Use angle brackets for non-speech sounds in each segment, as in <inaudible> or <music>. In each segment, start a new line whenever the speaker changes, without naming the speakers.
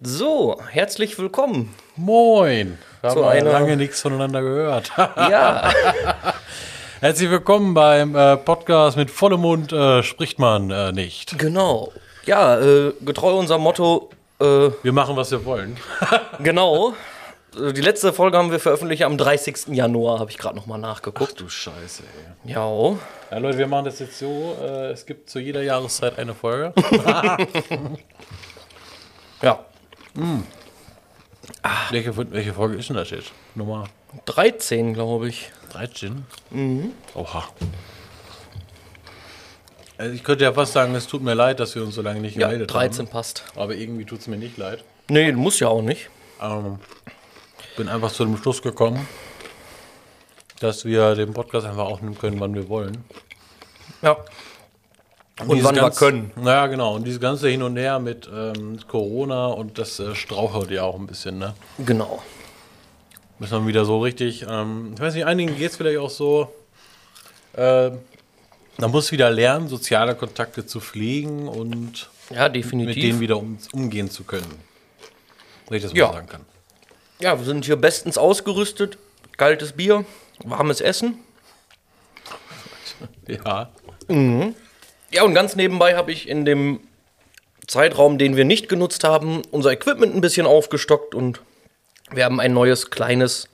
So, herzlich willkommen.
Moin! Wir
Zu
haben
einer-
lange nichts voneinander gehört. <laughs> ah.
Ja,
Herzlich willkommen beim äh, Podcast mit vollem Mund äh, spricht man äh, nicht.
genau. Ja, äh, getreu unserem Motto, äh,
Wir machen, was wir wollen.
genau. Äh, Die letzte Folge haben wir veröffentlicht am 30. Januar, habe ich gerade nochmal nachgeguckt.
Du Scheiße, ey.
Ja,
Ja, Leute, wir machen das jetzt so: äh, es gibt zu jeder Jahreszeit eine Folge.
ja.
welche, welche Folge ist denn das jetzt? Nummer
13, glaube ich.
13? Mhm. Oha. Also ich könnte ja fast sagen, es tut mir leid, dass wir uns so lange nicht
Ja,
gemeldet
13
haben.
passt.
Aber irgendwie tut es mir nicht leid.
Nee, muss ja auch nicht.
Ähm, bin einfach zu dem Schluss gekommen, dass wir den Podcast einfach aufnehmen können, wann wir wollen.
Ja. Und
Dieses
wann wir
ganz-
können.
Naja, genau. Und dieses ganze Hin und Her mit ähm, Corona und das äh, strauchelt ja auch ein bisschen, ne?
Genau.
Müssen wir wieder so richtig. Ähm, ich weiß nicht, einigen geht es vielleicht auch so. ähm, man muss wieder lernen, soziale Kontakte zu pflegen und
Ja,
mit denen
definitiv.
wieder um, umgehen zu können. Wenn ich das mal
Ja.
sagen kann. <laughs>
Ja, wir sind hier bestens ausgerüstet. Kaltes Bier, warmes Essen.
Ja.
Ja, und ganz nebenbei habe ich in dem Zeitraum, den wir nicht genutzt haben, unser Equipment ein bisschen aufgestockt und wir haben ein neues, kleines,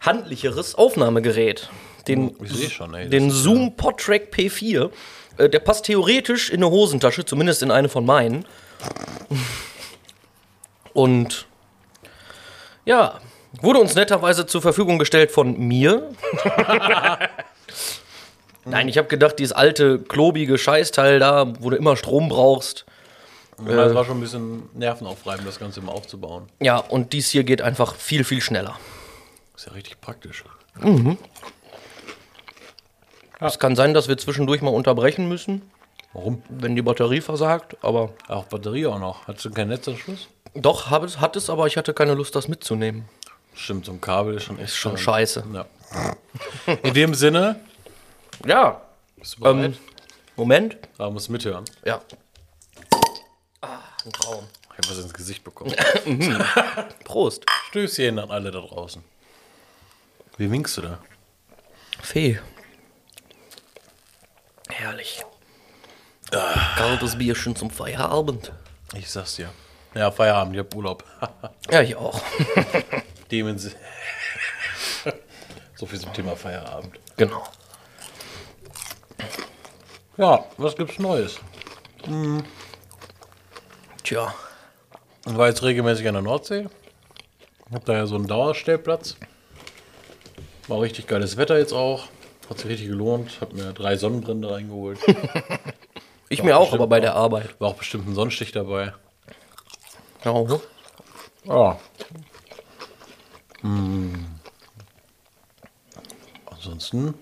handlicheres Aufnahmegerät. Den,
Oh, Ich sehe schon, ey.
den
das ist,
Zoom Podtrack P4. Äh, Der passt theoretisch in eine Hosentasche, zumindest in eine von meinen. Und ja, wurde uns netterweise zur Verfügung gestellt von mir. Nein, ich habe gedacht, dieses alte, klobige Scheißteil da, wo du immer Strom brauchst.
äh, das war schon ein bisschen nervenaufreibend, das Ganze immer aufzubauen.
Ja, und dies hier geht einfach viel, viel schneller.
Ist ja richtig praktisch.
Es kann sein, dass wir zwischendurch mal unterbrechen müssen,
Warum?
wenn die Batterie versagt, aber
Auch Batterie auch noch. Hattest du keinen Netzanschluss?
Doch, hab es, hat es, aber ich hatte keine Lust, das mitzunehmen.
Stimmt, so ein Kabel ist schon echt
schon
schade.
scheiße.
Ja. In dem Sinne,
Ja.
bist du bereit?
Ähm, Moment.
Da muss mithören.
Ja. Ah, ein Traum.
Ich habe was ins Gesicht <laughs> bekommen.
Prost.
Stößchen an alle da draußen. Wie winkst du da?
Fee. Herrlich. Ah. Kaltes Bierchen zum Feierabend.
Ich sag's dir. Ja, Feierabend, ich hab Urlaub.
Ja, ich auch. <laughs>
Dem in Si- <laughs> so viel zum Thema Feierabend.
Genau.
Ja, was gibt's Neues?
Tja.
Ich war jetzt regelmäßig an der Nordsee. Hab da ja so einen Dauerstellplatz. War richtig geiles Wetter jetzt auch. Hat sich richtig gelohnt. Hab mir drei Sonnenbrände reingeholt.
Ich mir auch,
bestimmt
aber bei
auch.
der Arbeit.
War auch bestimmt ein Sonnenstich dabei.
Ja, ne?
Ja. Mm. Ansonsten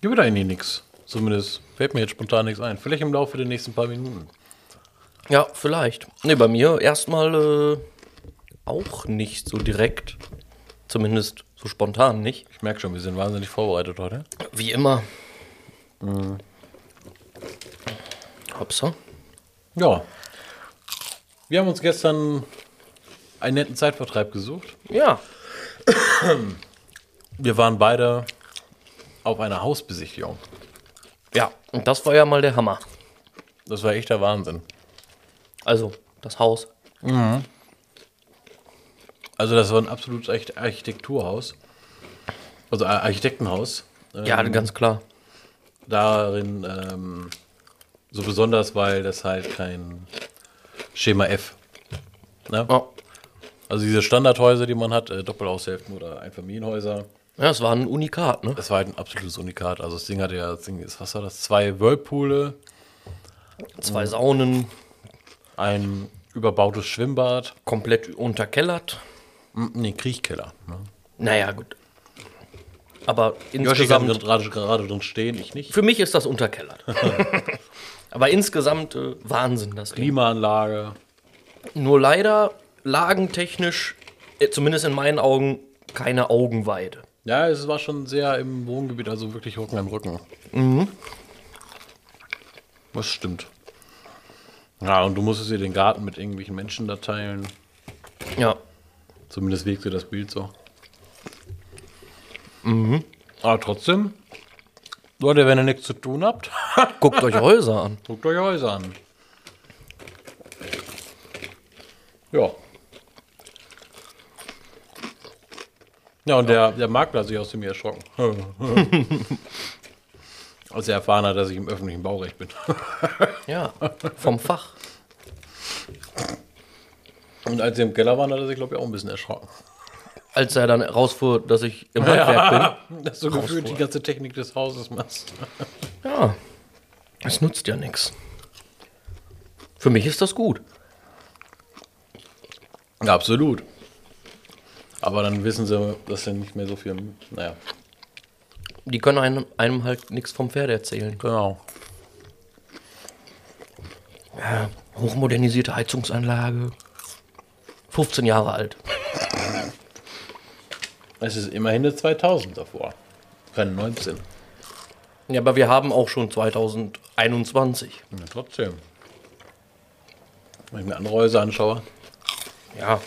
gibt es eigentlich nichts. Zumindest fällt mir jetzt spontan nichts ein. Vielleicht im Laufe der nächsten paar Minuten.
ja vielleicht. Nee, bei mir erstmal äh, auch nicht so direkt. Zumindest so spontan nicht.
Ich merke schon, wir sind wahnsinnig vorbereitet heute.
Wie immer. Mhm. Hopsa.
Ja. Wir haben uns gestern einen netten Zeitvertreib gesucht.
Ja.
Wir waren beide auf einer Hausbesichtigung.
Ja, und das war ja mal der Hammer.
Das war echt der Wahnsinn.
Also, das Haus.
Also das war ein absolutes Arch- Architekturhaus. Also Ar- Architektenhaus.
Ja,
Ähm,
ganz klar.
darin ähm, so besonders, weil das halt kein Schema F. Ne?
Ja,
Also diese Standardhäuser, die man hat, äh, Doppelhaushälften oder Einfamilienhäuser,
Ja, es war ein Unikat, ne?
das war halt ein absolutes Unikat. Also das Ding hatte ja, das Ding ist, was war das? Zwei Whirlpoole,
Zwei Saunen,
ein überbautes Schwimmbad,
komplett unterkellert.
m- nee, Kriechkeller. Ne?
Naja, gut. Aber
Joshi kann
insgesamt,
gerade, gerade drin stehen, ich nicht.
für mich ist das unterkellert. Aber insgesamt äh, Wahnsinn, das Ding.
Klimaanlage,
Nur leider lagentechnisch, äh, zumindest in meinen Augen, keine Augenweide.
Ja, es war schon sehr im Wohngebiet, also wirklich Rücken an Rücken. Mhm. Das stimmt. Ja, und du musstest dir den Garten mit irgendwelchen Menschen da teilen.
Ja.
Zumindest wirkte das Bild so. Mhm. Aber trotzdem, Leute, wenn ihr nichts zu tun habt,
Guckt euch Häuser an.
guckt euch Häuser an. Ja. Ja, und Der, der Makler hat sich aus dem hier erschrocken. <laughs> Als er erfahren hat, dass ich im öffentlichen Baurecht bin. <laughs>
Ja. Vom Fach.
Und als sie im Keller waren, hat er sich, glaube ich, auch ein bisschen <laughs> erschrocken.
Als er dann rausfuhr, dass ich im Handwerk
Dass du gefühlt die ganze Technik des Hauses machst.
bin. Ja. Es nutzt ja nichts. Für mich ist das gut.
Ja, absolut. Aber dann wissen sie, dass sie nicht mehr so viel. Naja,
Die können einem, einem halt nichts vom Pferd erzählen.
genau.
Ja, hochmodernisierte Heizungsanlage. 15 Jahre alt.
Es ist immerhin eine 2000 davor. Keine 19.
Ja, aber wir haben auch schon 2021.
Ja, trotzdem. Wenn ich mir andere Häuser anschaue.
Ja.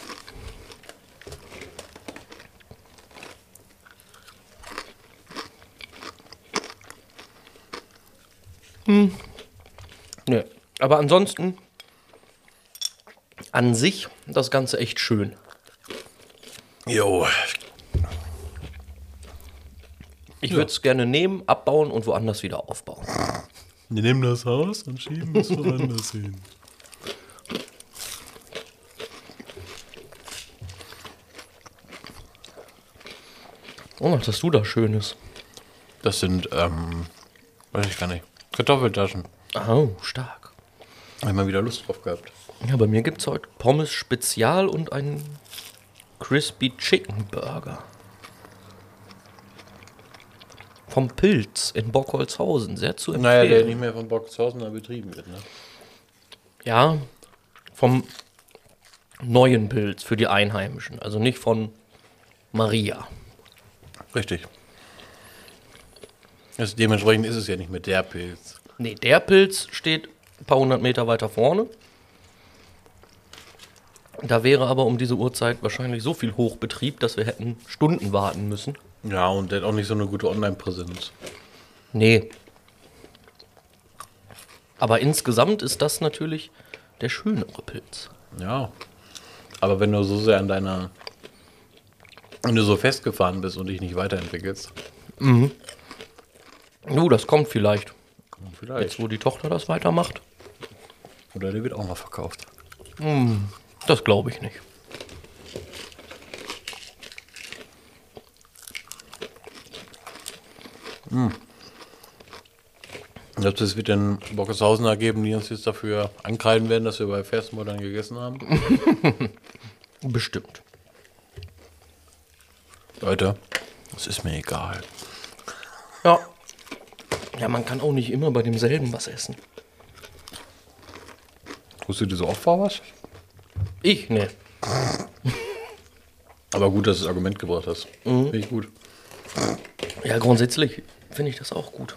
Hm. Nee. Aber ansonsten, an sich, das Ganze echt schön.
Jo.
Ich würde es gerne nehmen, abbauen und woanders wieder aufbauen.
Wir nehmen das Haus und schieben es woanders hin.
Oh, was hast du da Schönes?
Das sind, ähm, weiß ich gar nicht. Kartoffeltaschen.
Oh, stark.
Hab ich mal wieder Lust drauf gehabt.
Ja, bei mir gibt es heute Pommes Spezial und einen Crispy Chicken Burger. Vom Pilz in Bockholzhausen, sehr zu empfehlen.
Naja, der nicht mehr von Boxhausen da betrieben wird, ne?
Ja, vom neuen Pilz für die Einheimischen, also nicht von Maria.
Richtig. Also dementsprechend ist es ja nicht mehr der Pilz.
Nee, der Pilz steht ein paar hundert Meter weiter vorne. Da wäre aber um diese Uhrzeit wahrscheinlich so viel Hochbetrieb, dass wir hätten Stunden warten müssen.
Ja, und der hat auch nicht so eine gute Online-Präsenz.
Nee. Aber insgesamt ist das natürlich der schönere Pilz.
Ja. Aber wenn du so sehr an deiner. Wenn du so festgefahren bist und dich nicht weiterentwickelst.
Nu, das kommt vielleicht.
Vielleicht.
Jetzt, wo die Tochter das weitermacht,
Oder der wird auch mal verkauft.
das glaube ich nicht.
Glaubst du, es wird den Bockeshausener geben, die uns jetzt dafür ankreiden werden, dass wir bei Festmodern gegessen haben?
Bestimmt.
Leute, es ist mir egal.
Ja. Ja, man kann auch nicht immer bei demselben was essen.
Tust du dir so oft vor was?
Ich? Nee.
Aber gut, dass du das Argument gebracht hast. Finde ich gut.
Ja, grundsätzlich finde ich das auch gut.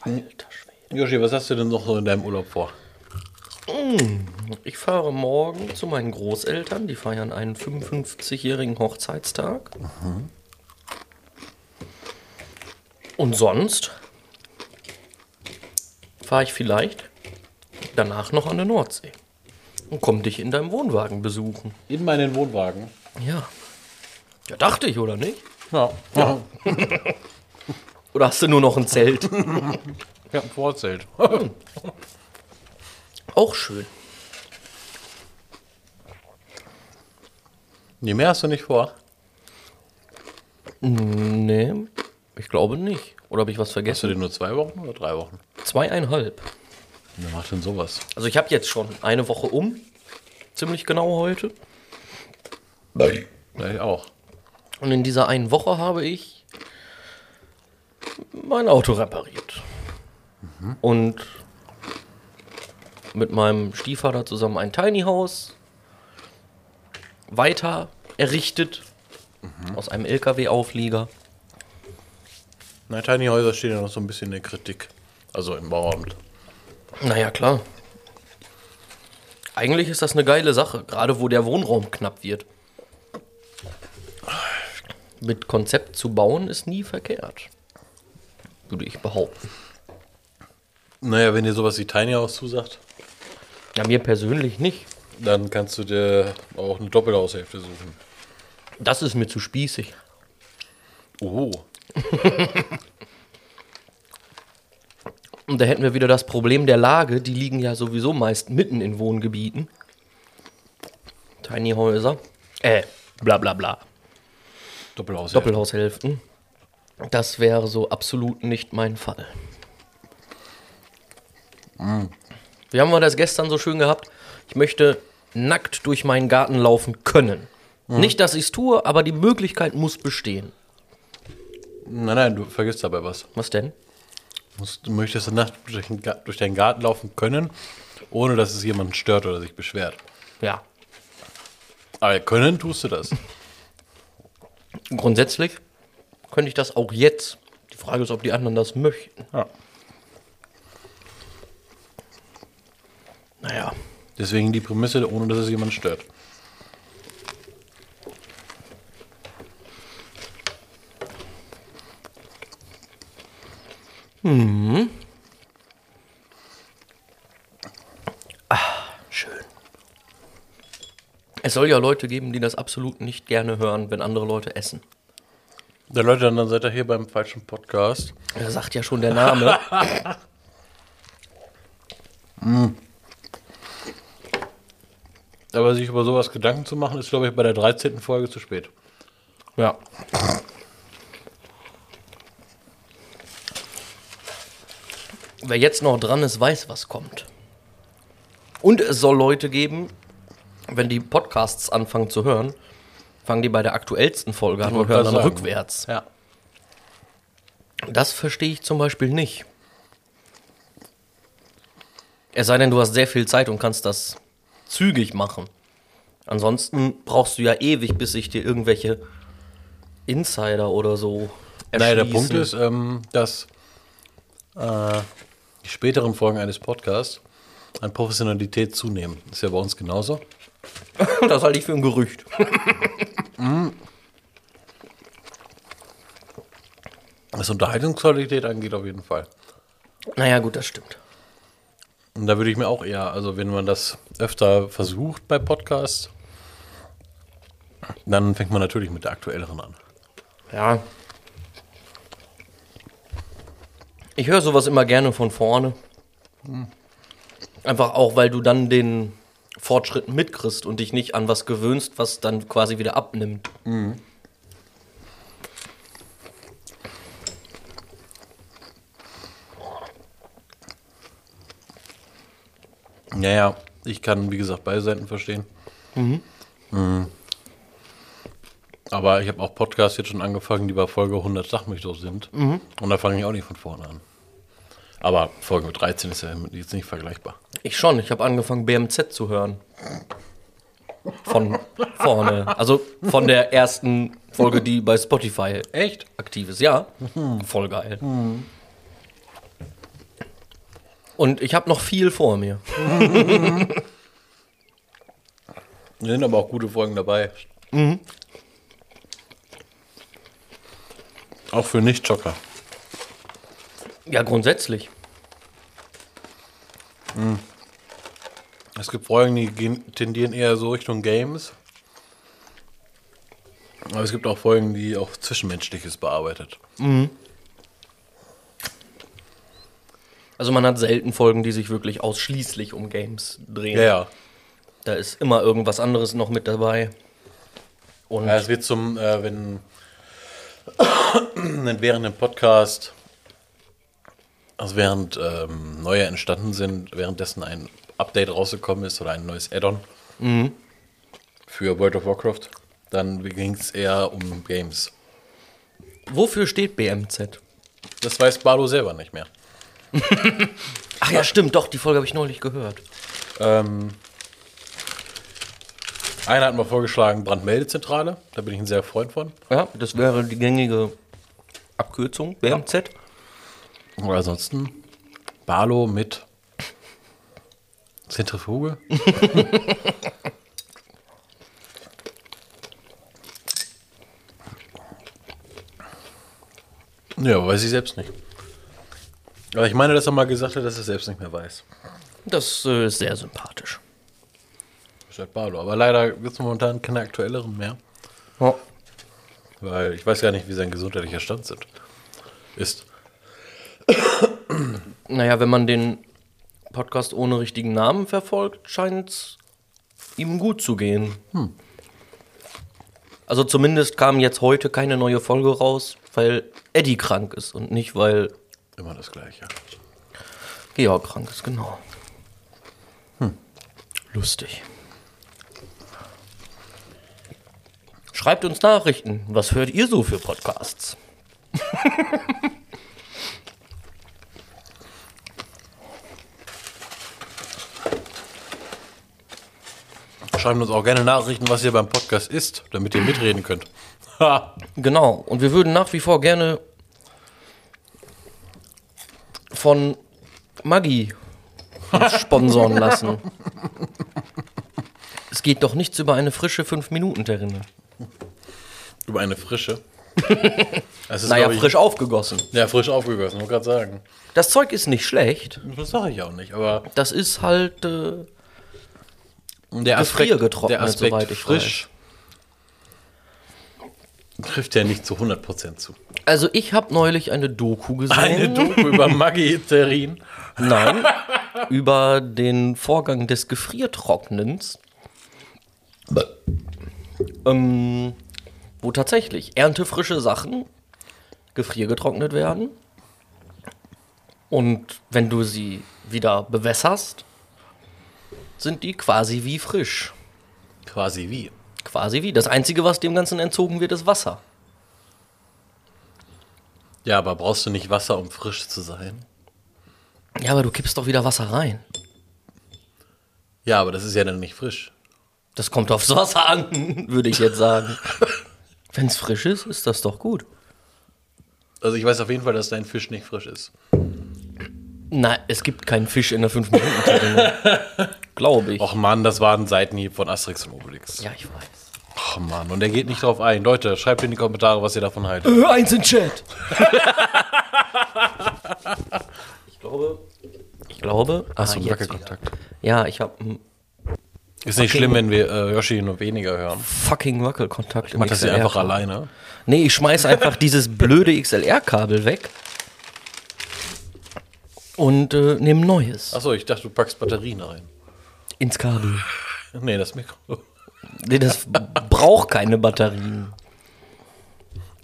Alter Schwede.
Joshi, was hast du denn noch so in deinem Urlaub vor?
Ich fahre morgen zu meinen Großeltern. Die feiern einen 55-jährigen Hochzeitstag. Und sonst fahre ich vielleicht danach noch an der Nordsee und komme dich in deinem Wohnwagen besuchen.
In meinen Wohnwagen.
Ja. Ja, dachte ich, oder nicht?
Ja. ja.
Oder hast du nur noch ein Zelt?
Ich habe ein Vorzelt.
Auch schön.
<laughs> Nee, mehr hast du nicht vor.
Nee, ich glaube nicht. Oder habe ich was
Hast du
vergessen?
denn nur zwei Wochen oder drei Wochen?
Zweieinhalb.
Wer macht denn sowas?
Also ich habe jetzt schon eine Woche um. Ziemlich genau heute.
Ja, ich auch.
Und in dieser einen Woche habe ich mein Auto repariert. Und mit meinem Stiefvater zusammen ein Tiny House weiter errichtet aus einem LKW-Auflieger.
Na, Tiny Häuser stehen ja noch so ein bisschen in der Kritik. Also im Bauamt.
Naja, klar. Eigentlich ist das eine geile Sache, gerade wo der Wohnraum knapp wird. Mit Konzept zu bauen ist nie verkehrt. Würde ich behaupten.
Naja, wenn dir sowas wie Tiny House zusagt,
Ja, mir persönlich nicht.
dann kannst du dir auch eine Doppelhaushälfte suchen.
Das ist mir zu spießig.
Oh.
Und da hätten wir wieder das Problem der Lage. Die liegen ja sowieso meist mitten in Wohngebieten. Tiny Häuser. Äh, bla bla bla.
Doppelhaushälfte.
Doppelhaushälften. Das wäre so absolut nicht mein Fall. Wie haben wir das gestern so schön gehabt? Ich möchte nackt durch meinen Garten laufen können. Nicht, dass ich es tue, aber die Möglichkeit muss bestehen.
nein, nein, du vergisst dabei was.
Was denn?
Musst- Du möchtest danach durch den Ga- durch deinen Garten laufen können, ohne dass es jemanden stört oder sich beschwert.
Ja,
Aber können tust du das.
grundsätzlich könnte ich das auch jetzt. Die Frage ist, ob die anderen das möchten.
Ja.
Naja,
Deswegen die Prämisse, ohne dass es jemanden stört.
schön. Es soll ja Leute geben, die das absolut nicht gerne hören, wenn andere Leute essen.
Ja, Leute, dann- dann seid ihr hier beim falschen Podcast.
Da sagt ja schon der Name.
<laughs> Mm. Aber sich über sowas Gedanken zu machen, ist, glaube ich, bei der 13. Folge zu spät.
ja. Wer jetzt noch dran ist, weiß, was kommt. Und es soll Leute geben, wenn die Podcasts anfangen zu hören, fangen die bei der aktuellsten Folge an und
wollte
hören dann
gerade sagen.
rückwärts.
Ja.
Das verstehe ich zum Beispiel nicht. Es sei denn, du hast sehr viel Zeit und kannst das zügig machen. Ansonsten brauchst du ja ewig, bis sich dir irgendwelche Insider oder so
Naja, der
erschließen.
Punkt ist, ähm, dass äh, die späteren Folgen eines Podcasts an Professionalität zunehmen. Ist ja bei uns genauso.
<laughs> das halte ich für ein Gerücht.
Was Unterhaltungsqualität angeht, auf jeden Fall.
Naja, gut, das stimmt.
Und da würde ich mir auch eher, also wenn man das öfter versucht bei Podcasts, dann fängt man natürlich mit der aktuelleren an.
Ja. Ich höre sowas immer gerne von vorne. Einfach auch, weil du dann den Fortschritt mitkriegst und dich nicht an was gewöhnst, was dann quasi wieder abnimmt.
Naja, ich kann, wie gesagt, beide Seiten verstehen. Mhm. Aber ich habe auch Podcasts jetzt schon angefangen, die bei Folge 100 Sachen mich durch sind. Und da fange ich auch nicht von vorne an. Aber Folge 13 ist ja jetzt nicht vergleichbar.
Ich schon, ich habe angefangen, BMZ zu hören. Von vorne. Also von der ersten Folge, die bei Spotify
Echt?
aktiv ist. Ja, voll geil. Und ich habe noch viel vor mir.
Da sind aber auch gute Folgen dabei. Mhm. Auch für Nicht-Jogger.
Ja, grundsätzlich.
Es gibt Folgen, die gehen, tendieren eher so Richtung Games. Aber es gibt auch Folgen, die auch Zwischenmenschliches bearbeitet.
Also man hat selten Folgen, die sich wirklich ausschließlich um Games drehen.
Ja, ja.
Da ist immer irgendwas anderes noch mit dabei. Und
Ja, es wird zum, äh, wenn, <coughs> wenn während dem Podcast, also während ähm, neue entstanden sind, währenddessen ein Update rausgekommen ist oder ein neues Add-on für World of Warcraft, dann ging es eher um Games.
wofür steht BMZ?
Das weiß Bardo selber nicht mehr.
Ach ja, stimmt, doch, die Folge habe ich neulich gehört.
Ähm, einer hat mal vorgeschlagen, Brandmeldezentrale, da bin ich ein sehr Freund von.
Ja, das wäre die gängige Abkürzung, BMZ.
Oder ansonsten Barlo mit Zentrifuge. <laughs> ja, weiß ich selbst nicht. Aber ich meine, dass er mal gesagt hat, dass er selbst nicht mehr weiß.
Das äh, ist sehr sympathisch.
Das ist halt Barlo. Aber leider gibt es momentan keine aktuelleren mehr.
Ja.
Weil ich weiß gar nicht, wie sein gesundheitlicher Stand sind. ist.
Naja, wenn man den Podcast ohne richtigen Namen verfolgt, scheint es ihm gut zu gehen. Also zumindest kam jetzt heute keine neue Folge raus, weil Eddie krank ist und nicht, weil
Immer das Gleiche.
Georg krank ist, genau. Lustig. Schreibt uns Nachrichten. Was hört ihr so für Podcasts?
Schreibt uns auch gerne Nachrichten, was ihr beim Podcast isst, damit ihr mitreden könnt. Ha!
Genau, und wir würden nach wie vor gerne von Maggi uns sponsoren lassen. Es geht doch nichts über eine frische 5-Minuten-Terrine.
Über
<laughs>
eine frische. Das ist,
Naja,
glaub ich-
frisch aufgegossen.
Ja, frisch aufgegossen, wollte gerade sagen.
Das Zeug ist nicht schlecht.
Das sage ich auch nicht, aber
Das ist halt. Äh,
der
Gefriergetrocknet,
der Aspekt
soweit ich
frisch trifft ja nicht zu 100% zu.
also, ich habe neulich eine Doku gesehen.
Eine Doku über Maggi Terin.
Nein, über den Vorgang des Gefriertrocknens. Ähm, wo tatsächlich erntefrische Sachen gefriergetrocknet werden. Und wenn du sie wieder bewässerst, sind die quasi wie frisch.
Quasi wie.
Quasi wie. Das Einzige, was dem Ganzen entzogen wird, ist Wasser.
Ja, aber brauchst du nicht Wasser, um frisch zu sein?
Ja, aber du kippst doch wieder Wasser rein.
Ja, aber das ist ja dann nicht frisch.
Das kommt aufs Wasser an, <laughs> würde ich jetzt sagen. Wenn es frisch ist, ist das doch gut.
Also ich weiß auf jeden Fall, dass dein Fisch nicht frisch ist.
Na, es gibt keinen Fisch in der 5 minuten terrine <laughs> Glaube ich.
Och Mann, das war ein Seitenhieb von Asterix und Obelix.
Ja, ich weiß.
Och Mann, und er geht nicht drauf ein. Leute, schreibt in die Kommentare, was ihr davon haltet.
Äh, eins in Chat. ich glaube. Ich glaube.
Hast du
ah,
einen
jetzt
Wackelkontakt?
wieder. Ja, ich habe einen
Ist nicht schlimm, wenn wir äh, Yoshi nur weniger hören.
fucking Wackelkontakt. im
Macht das hier
XLR.
einfach alleine.
Nee, ich schmeiß
<laughs>
einfach dieses blöde XLR-Kabel weg. Und äh, nehme neues.
Achso, ich dachte, du packst Batterien rein. <laughs>
Ins Kabel.
Nee, das Mikro.
Nee, das braucht keine Batterien.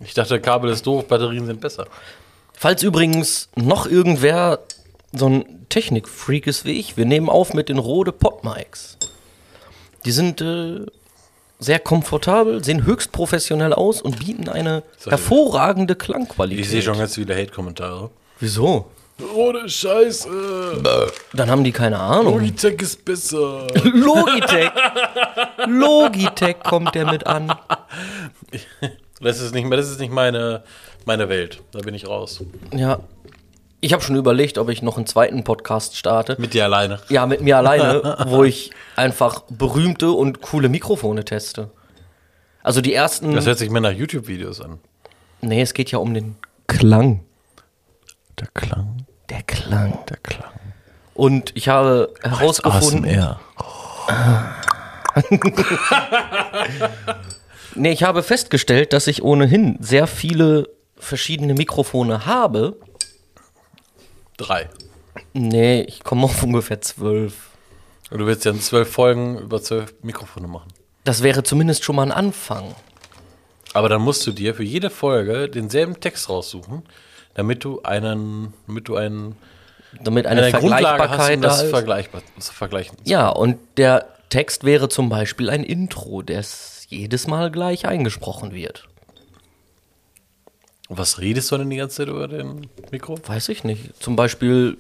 Ich dachte, Kabel ist doof, Batterien sind besser.
Falls übrigens noch irgendwer so ein Technikfreak ist wie ich, wir nehmen auf mit den Rode Podmics. Die sind äh, sehr komfortabel, sehen höchst professionell aus und bieten eine
So.
hervorragende Klangqualität.
Ich sehe schon ganz viele Hate-Kommentare.
Wieso?
Ohne Scheiße.
Dann haben die keine Ahnung.
Logitech ist besser.
<laughs> Logitech. Logitech kommt der mit an.
Das ist nicht, mehr- das ist nicht meine, meine Welt. Da bin ich raus.
Ja. Ich habe schon überlegt, ob ich noch einen zweiten Podcast starte.
Mit dir alleine.
Ja, mit mir alleine, wo ich einfach berühmte und coole Mikrofone teste. Also die ersten.
Das hört sich mir nach YouTube-Videos an.
Nee, es geht ja um den Klang.
Der Klang,
Der Klang.
der Klang.
Und ich habe herausgefunden.
ASMR.
Nee, ich habe festgestellt, dass ich ohnehin sehr viele verschiedene Mikrofone habe.
Drei.
Nee, ich komme auf ungefähr zwölf.
Und du willst ja in zwölf Folgen über zwölf Mikrofone machen.
Das wäre zumindest schon mal ein Anfang.
Aber dann musst du dir für jede Folge denselben Text raussuchen, damit du einen, damit du einen,
Damit eine, Vergleichbarkeit
um das
da ist.
vergleichbar zu vergleichen.
Ja, und der Text wäre zum Beispiel ein Intro, das jedes Mal gleich eingesprochen wird.
Und was redest du denn die ganze Zeit über den Mikro?
Weiß ich nicht. Zum Beispiel,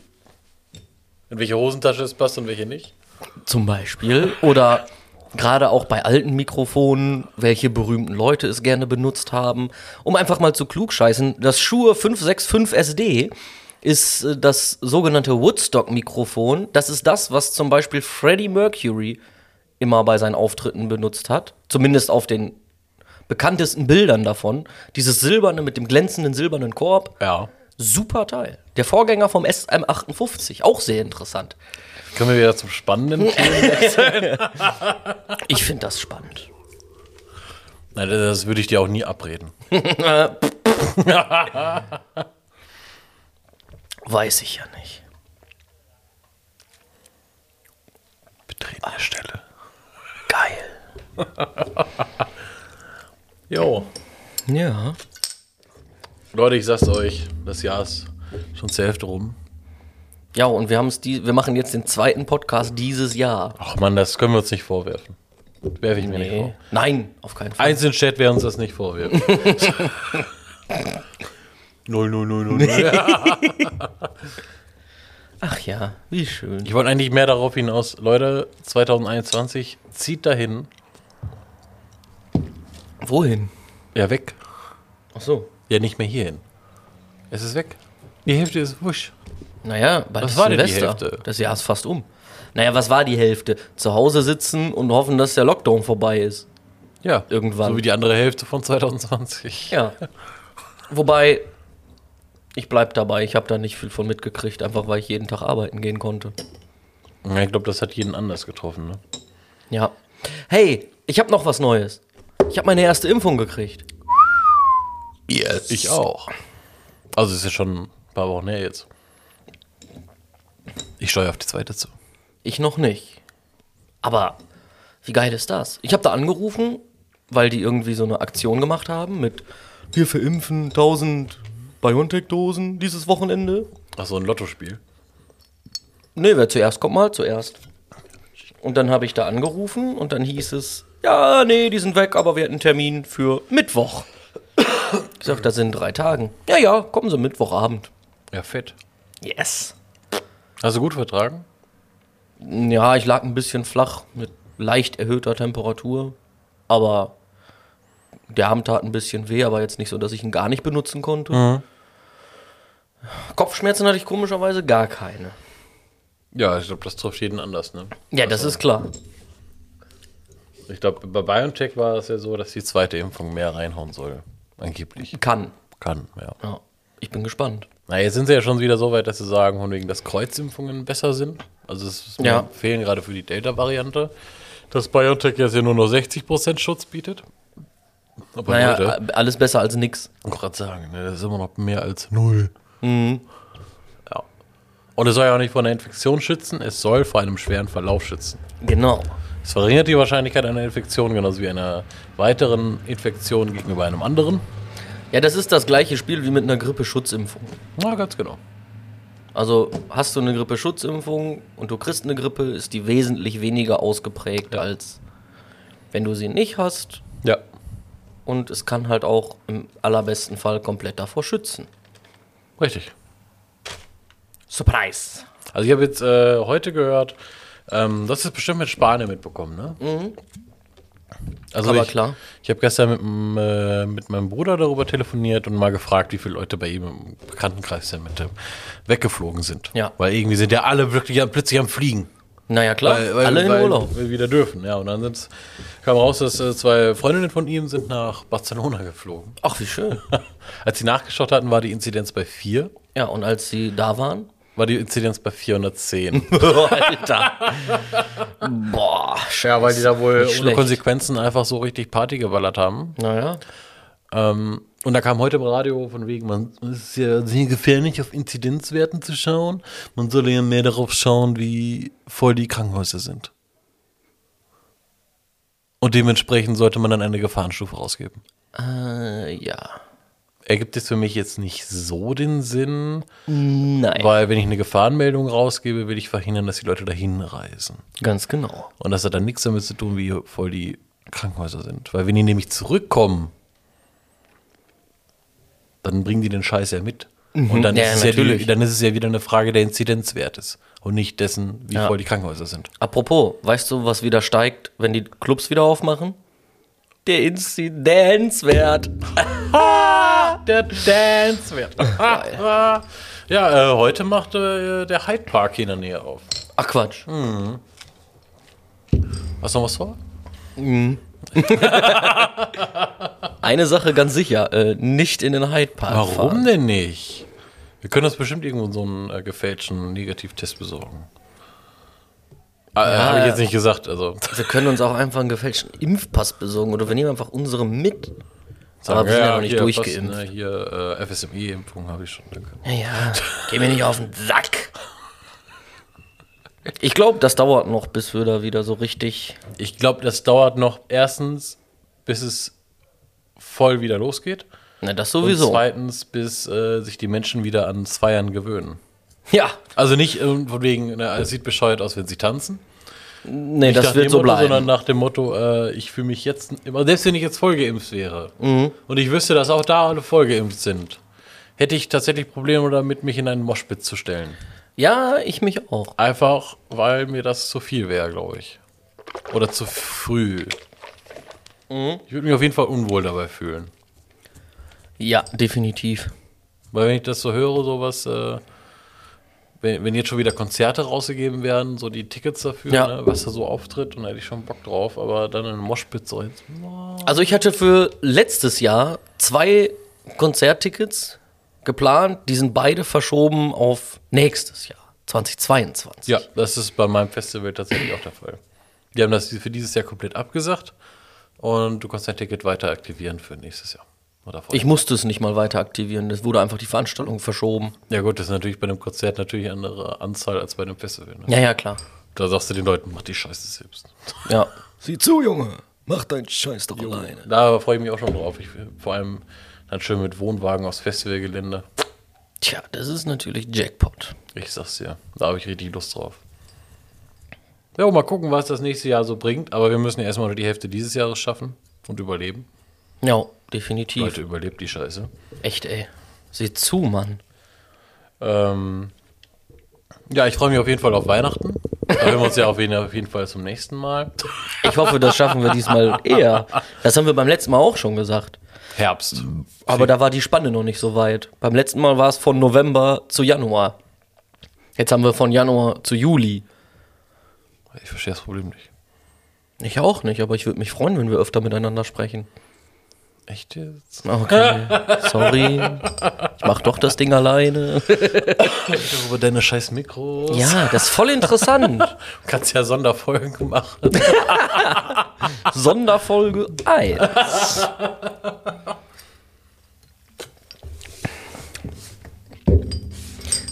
In welche Hosentasche es passt und welche nicht?
zum Beispiel. Oder Gerade auch bei alten Mikrofonen, welche berühmten Leute es gerne benutzt haben. Um einfach mal zu klugscheißen, das Shure 565 SD ist äh, das sogenannte Woodstock-Mikrofon. Das ist das, was zum Beispiel Freddie Mercury immer bei seinen Auftritten benutzt hat. Zumindest auf den bekanntesten Bildern davon. Dieses silberne mit dem glänzenden silbernen Korb.
Ja.
Super Teil. Der Vorgänger vom SM58, auch sehr interessant.
Können wir wieder zum
<laughs>
Spannenden gehen?
Ich finde das spannend.
Nein, das würde ich dir auch nie abreden.
Weiß ich ja nicht.
Betreten der Stelle.
Geil.
Jo.
Ja.
Leute, ich sag's euch, das Jahr ist schon zur Hälfte rum.
Ja, und wir, haben's die, wir machen jetzt den zweiten Podcast dieses Jahr.
Ach man, das können wir uns nicht vorwerfen. Werfe ich mir nicht vor.
Nein, auf keinen Fall.
Eins in Chat werden uns das nicht vorwerfen. Null, null, null, null. null.
Ach ja, wie schön.
Ich wollte eigentlich mehr darauf hinaus. Leute, 2021 zieht dahin.
Wohin?
Ja, weg.
Ach so.
Ja, nicht mehr hierhin. Es ist weg. Die Hälfte ist wusch.
Naja, bald
Was
ist
war denn die
Silvester.
Hälfte?
Das Jahr ist fast um. Naja, was war die Hälfte? Zu Hause sitzen und hoffen, dass der Lockdown vorbei ist.
Ja,
Irgendwann.
So wie die andere Hälfte von 2020.
Ja. <laughs> Wobei, ich bleib dabei. Ich habe da nicht viel von mitgekriegt, einfach weil ich jeden Tag arbeiten gehen konnte.
Ja, ich glaube, das hat jeden anders getroffen. Ne?
Ja. Hey, ich habe noch was Neues. Ich habe meine erste Impfung gekriegt.
Yes. Ich auch. Also ist ja schon ein paar Wochen her jetzt. Ich steuere auf die zweite zu.
Ich noch nicht. Aber wie geil ist das? Ich habe da angerufen, weil die irgendwie so eine Aktion gemacht haben mit hier für Impfen 1000 BioNTech-Dosen dieses Wochenende.
Ach so, ein Lottospiel.
Nee, wer zuerst kommt, mal zuerst. Und dann habe ich da angerufen und dann hieß es, ja, nee, die sind weg, aber wir hatten einen Termin für Mittwoch. Ich sag, das sind drei Tagen. Ja, ja, kommen Sie Mittwochabend.
Ja, fett.
Yes.
Hast du gut vertragen?
Ja, ich lag ein bisschen flach mit leicht erhöhter Temperatur, aber der Arm tat ein bisschen weh, aber jetzt nicht so, dass ich ihn gar nicht benutzen konnte. Kopfschmerzen hatte ich komischerweise gar keine.
Ja, ich glaube, das trifft jeden anders. Ne?
Ja, das ist klar.
Ich glaube, bei BioNTech war es ja so, dass die zweite Impfung mehr reinhauen soll. Angeblich.
Kann.
Kann, ja.
Ja, ich bin gespannt.
Na, jetzt sind sie ja schon wieder so weit, dass sie sagen, von wegen, dass Kreuzimpfungen besser sind. Also es ist-
Ja.
fehlen gerade für die Delta-Variante, dass BioNTech jetzt ja nur noch 60% Schutz bietet. Aber
Naja, äh,
Leute,
a- alles besser als nix.
Ich wollte gerade sagen, ne, das ist immer noch mehr als null. Ja. Und es soll ja auch nicht vor einer Infektion schützen, es soll vor einem schweren Verlauf schützen.
Genau.
Es verringert die Wahrscheinlichkeit einer Infektion, genauso wie einer weiteren Infektion gegenüber einem anderen.
Ja, das ist das gleiche Spiel wie mit einer Grippeschutzimpfung.
Na, ganz genau.
Also hast du eine Grippeschutzimpfung und du kriegst eine Grippe, ist die wesentlich weniger ausgeprägt, als wenn du sie nicht hast.
Ja.
Und es kann halt auch im allerbesten Fall komplett davor schützen.
Richtig.
Surprise!
Also ich habe jetzt äh, heute gehört, ähm, das ist bestimmt mit Spanien mitbekommen, ne? Also
Mhm. Aber
ich,
klar.
Ich habe gestern mit, dem, äh, mit meinem Bruder darüber telefoniert und mal gefragt, wie viele Leute bei ihm im Bekanntenkreis denn mit dem weggeflogen sind.
Ja.
Weil irgendwie sind ja alle wirklich am- plötzlich am Fliegen.
Naja, klar,
Weil, weil,
alle in
weil
Urlaub.
Wir wieder dürfen, ja. Und dann sind's, kam raus, dass äh, zwei Freundinnen von ihm sind nach Barcelona geflogen. <laughs>
Ach, wie schön.
Als sie nachgeschaut hatten, war die Inzidenz bei 4.
Ja, und als sie da waren. <laughs>
War die Inzidenz bei 410.
Alter. Boah,
Ja, weil die da wohl ohne
schlecht.
Konsequenzen einfach so richtig Party geballert haben.
naja.
Ähm, und da kam heute im Radio von wegen, man es ist ja sehr gefährlich, auf Inzidenzwerten zu schauen. Man solle ja mehr darauf schauen, wie voll die Krankenhäuser sind. Und dementsprechend sollte man dann eine Gefahrenstufe rausgeben.
Äh, ja.
Ergibt es für mich jetzt nicht so den Sinn,
Nein.
weil wenn ich eine Gefahrenmeldung rausgebe, will ich verhindern, dass die Leute dahin reisen.
Ganz genau.
Und das hat dann nichts damit zu tun, wie voll die Krankenhäuser sind. Weil wenn die nämlich zurückkommen, dann bringen die den Scheiß ja mit. Und dann,
Ja,
ist es ja die,
natürlich.
dann ist es ja wieder eine Frage der Inzidenzwertes und nicht dessen, wie
Ja.
voll die Krankenhäuser sind.
Apropos, weißt du, was wieder steigt, wenn die Clubs wieder aufmachen? Der Inzidenzwert.
Der <laughs> Dancewert. ja, äh, heute macht äh, der Hyde Park hier in der Nähe auf.
Ach Quatsch.
Hast du noch was vor?
Eine Sache ganz sicher, äh, nicht in den Hyde Park fahren.
Warum denn nicht? Wir können uns bestimmt irgendwo so einen äh, gefälschten Negativtest besorgen. Äh, Habe ich jetzt nicht gesagt. Also,
Wir können uns auch einfach einen gefälschten Impfpass besorgen oder wir nehmen einfach unsere mit.
sagen,
wir sind ja noch nicht
hier,
durchgeimpft.
passt, ne, hier äh, FSME-Impfung habe ich schon. Danke.
Ja, geh mir nicht auf den Sack. Ich glaube, das dauert noch, bis wir da wieder so richtig.
Ich glaube, das dauert noch erstens, bis es voll wieder losgeht.
Na, das
Und
sowieso.
zweitens, bis äh, sich die Menschen wieder ans Feiern gewöhnen.
Ja,
Also nicht ähm, von wegen, ne, es sieht bescheuert aus, wenn sie tanzen.
nee,
Nicht nach
das wird
dem
so
Motto,
bleiben.
Sondern nach dem Motto, äh, ich fühle mich jetzt, also selbst wenn ich jetzt vollgeimpft wäre
Mhm.
und ich wüsste, dass auch da alle vollgeimpft sind, hätte ich tatsächlich Probleme damit, mich in einen Moschpit zu stellen.
ja, ich mich auch.
Einfach, weil mir das zu viel wäre, glaube ich. Oder zu früh. Ich würde mich auf jeden Fall unwohl dabei fühlen.
Ja, definitiv.
Weil wenn ich das so höre, sowas, äh, wenn, wenn jetzt schon wieder Konzerte rausgegeben werden, so die Tickets dafür,
Ja.
ne, was da so auftritt, und da hätte ich schon Bock drauf, aber dann in Moschpit so jetzt.
Also ich hatte für letztes Jahr zwei Konzerttickets geplant. Die sind beide verschoben auf nächstes Jahr, 2022.
Ja, das ist bei meinem Festival tatsächlich auch der Fall. Die haben das für dieses Jahr komplett abgesagt und du kannst dein Ticket weiter aktivieren für nächstes Jahr. Oder vorher.
Ich musste es nicht mal weiter aktivieren. Das wurde einfach die Veranstaltung verschoben.
ja gut, das ist natürlich bei einem Konzert natürlich eine andere Anzahl als bei einem Festival. Ne?
Ja, ja, klar.
Da sagst du den Leuten, mach die Scheiße selbst.
Ja.
Sieh zu, Junge. Mach deinen Scheiß doch alleine.
Da freue ich mich auch schon drauf. Ich, vor allem dann schön mit Wohnwagen aufs Festivalgelände.
Tja, das ist natürlich Jackpot.
Ich sag's dir, da habe ich richtig Lust drauf. Ja, mal gucken, was das nächste Jahr so bringt. Aber wir müssen ja erstmal nur die Hälfte dieses Jahres schaffen und überleben.
Ja, definitiv.
Leute, überlebt die Scheiße.
Echt, ey. Sieh zu, Mann.
Ähm, ja, ich freue mich auf jeden Fall auf Weihnachten. Da hören wir uns ja auf jeden, auf jeden Fall zum nächsten Mal.
Ich hoffe, das schaffen wir diesmal eher. Das haben wir beim letzten Mal auch schon gesagt.
Herbst.
Aber da war die Spanne noch nicht so weit. Beim letzten Mal war es von November zu Januar. Jetzt haben wir von Januar zu Juli.
Ich verstehe das Problem nicht.
Ich auch nicht, aber ich würde mich freuen, wenn wir öfter miteinander sprechen.
Echt jetzt?
Okay, sorry. Ich mach doch das Ding alleine.
Über deine scheiß Mikros.
Ja, das ist voll interessant.
Du kannst ja Sonderfolgen machen.
Sonderfolge 1.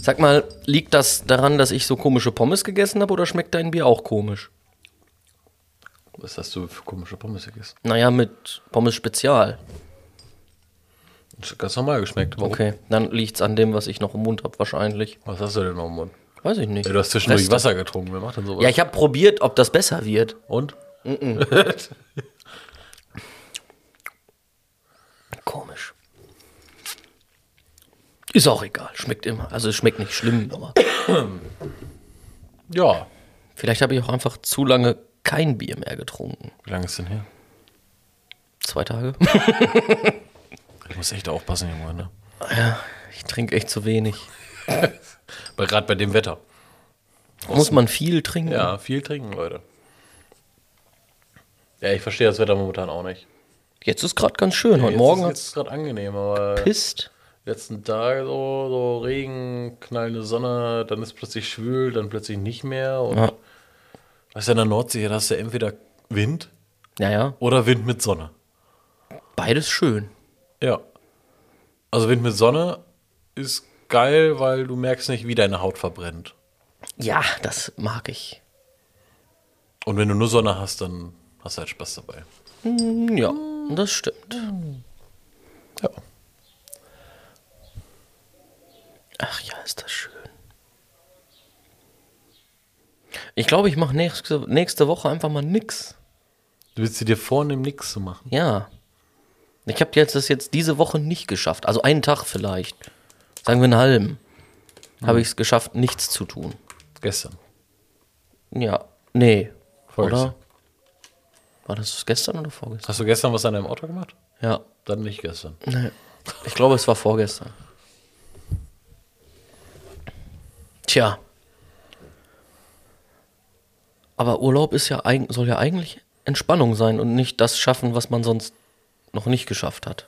Sag mal, liegt das daran, dass ich so komische Pommes gegessen habe oder schmeckt dein Bier auch komisch?
Was hast du für komische Pommes gegessen?
Naja, mit Pommes Spezial.
Das hat ganz normal geschmeckt. Warum?
Okay, dann liegt's an dem, was ich noch im Mund habe wahrscheinlich.
Was hast du denn noch im Mund?
Weiß ich nicht.
Ey, du hast zwischendurch
Reste.
Wasser getrunken. Wer macht denn sowas?
Ja, ich habe probiert, ob das besser wird.
Und?
Komisch. Ist auch egal, schmeckt immer. Also es schmeckt nicht schlimm, aber
<laughs> Ja.
vielleicht habe ich auch einfach zu lange kein Bier mehr getrunken.
Wie lange ist denn her?
Zwei Tage. <laughs>
Ich muss echt aufpassen, Junge. Ne?
Ich trinke echt zu wenig.
Weil gerade bei dem Wetter.
Muss man viel trinken?
Ja, viel trinken, Leute. Ja, ich verstehe das Wetter momentan auch nicht.
Jetzt ist gerade ganz schön. Heute
Jetzt
Morgen
ist
hat's
jetzt gerade angenehm, aber
pisst.
letzten Tage so, so Regen, knallende Sonne, dann ist plötzlich schwül, dann plötzlich nicht mehr. Und
Ja.
weißt du, in der Nordsee, da hast du entweder Wind
Naja,
oder Wind mit Sonne.
beides schön.
Ja. Also Wind mit Sonne ist geil, weil du merkst nicht, wie deine Haut verbrennt.
Ja, das mag ich.
Und wenn du nur Sonne hast, dann hast du halt Spaß dabei.
Ja, das stimmt.
Ja.
Ach ja, ist das schön. Ich glaube, ich mache nächste, nächste Woche einfach mal nix.
Du willst dir vornehmen, nichts zu machen.
Ja. Ich habe jetzt das jetzt diese Woche nicht geschafft. Also einen Tag vielleicht. sagen wir einen halben,
Hm.
habe ich es geschafft, nichts zu tun.
Gestern.
Ja, nee.
Vorgestern.
Oder? War das gestern oder vorgestern?
Hast du gestern was an deinem Auto gemacht?
Ja,
Dann nicht gestern.
ich glaube, es war vorgestern. Tja. Aber Urlaub ist ja, eig- soll ja eigentlich Entspannung sein und nicht das schaffen, was man sonst noch nicht geschafft hat.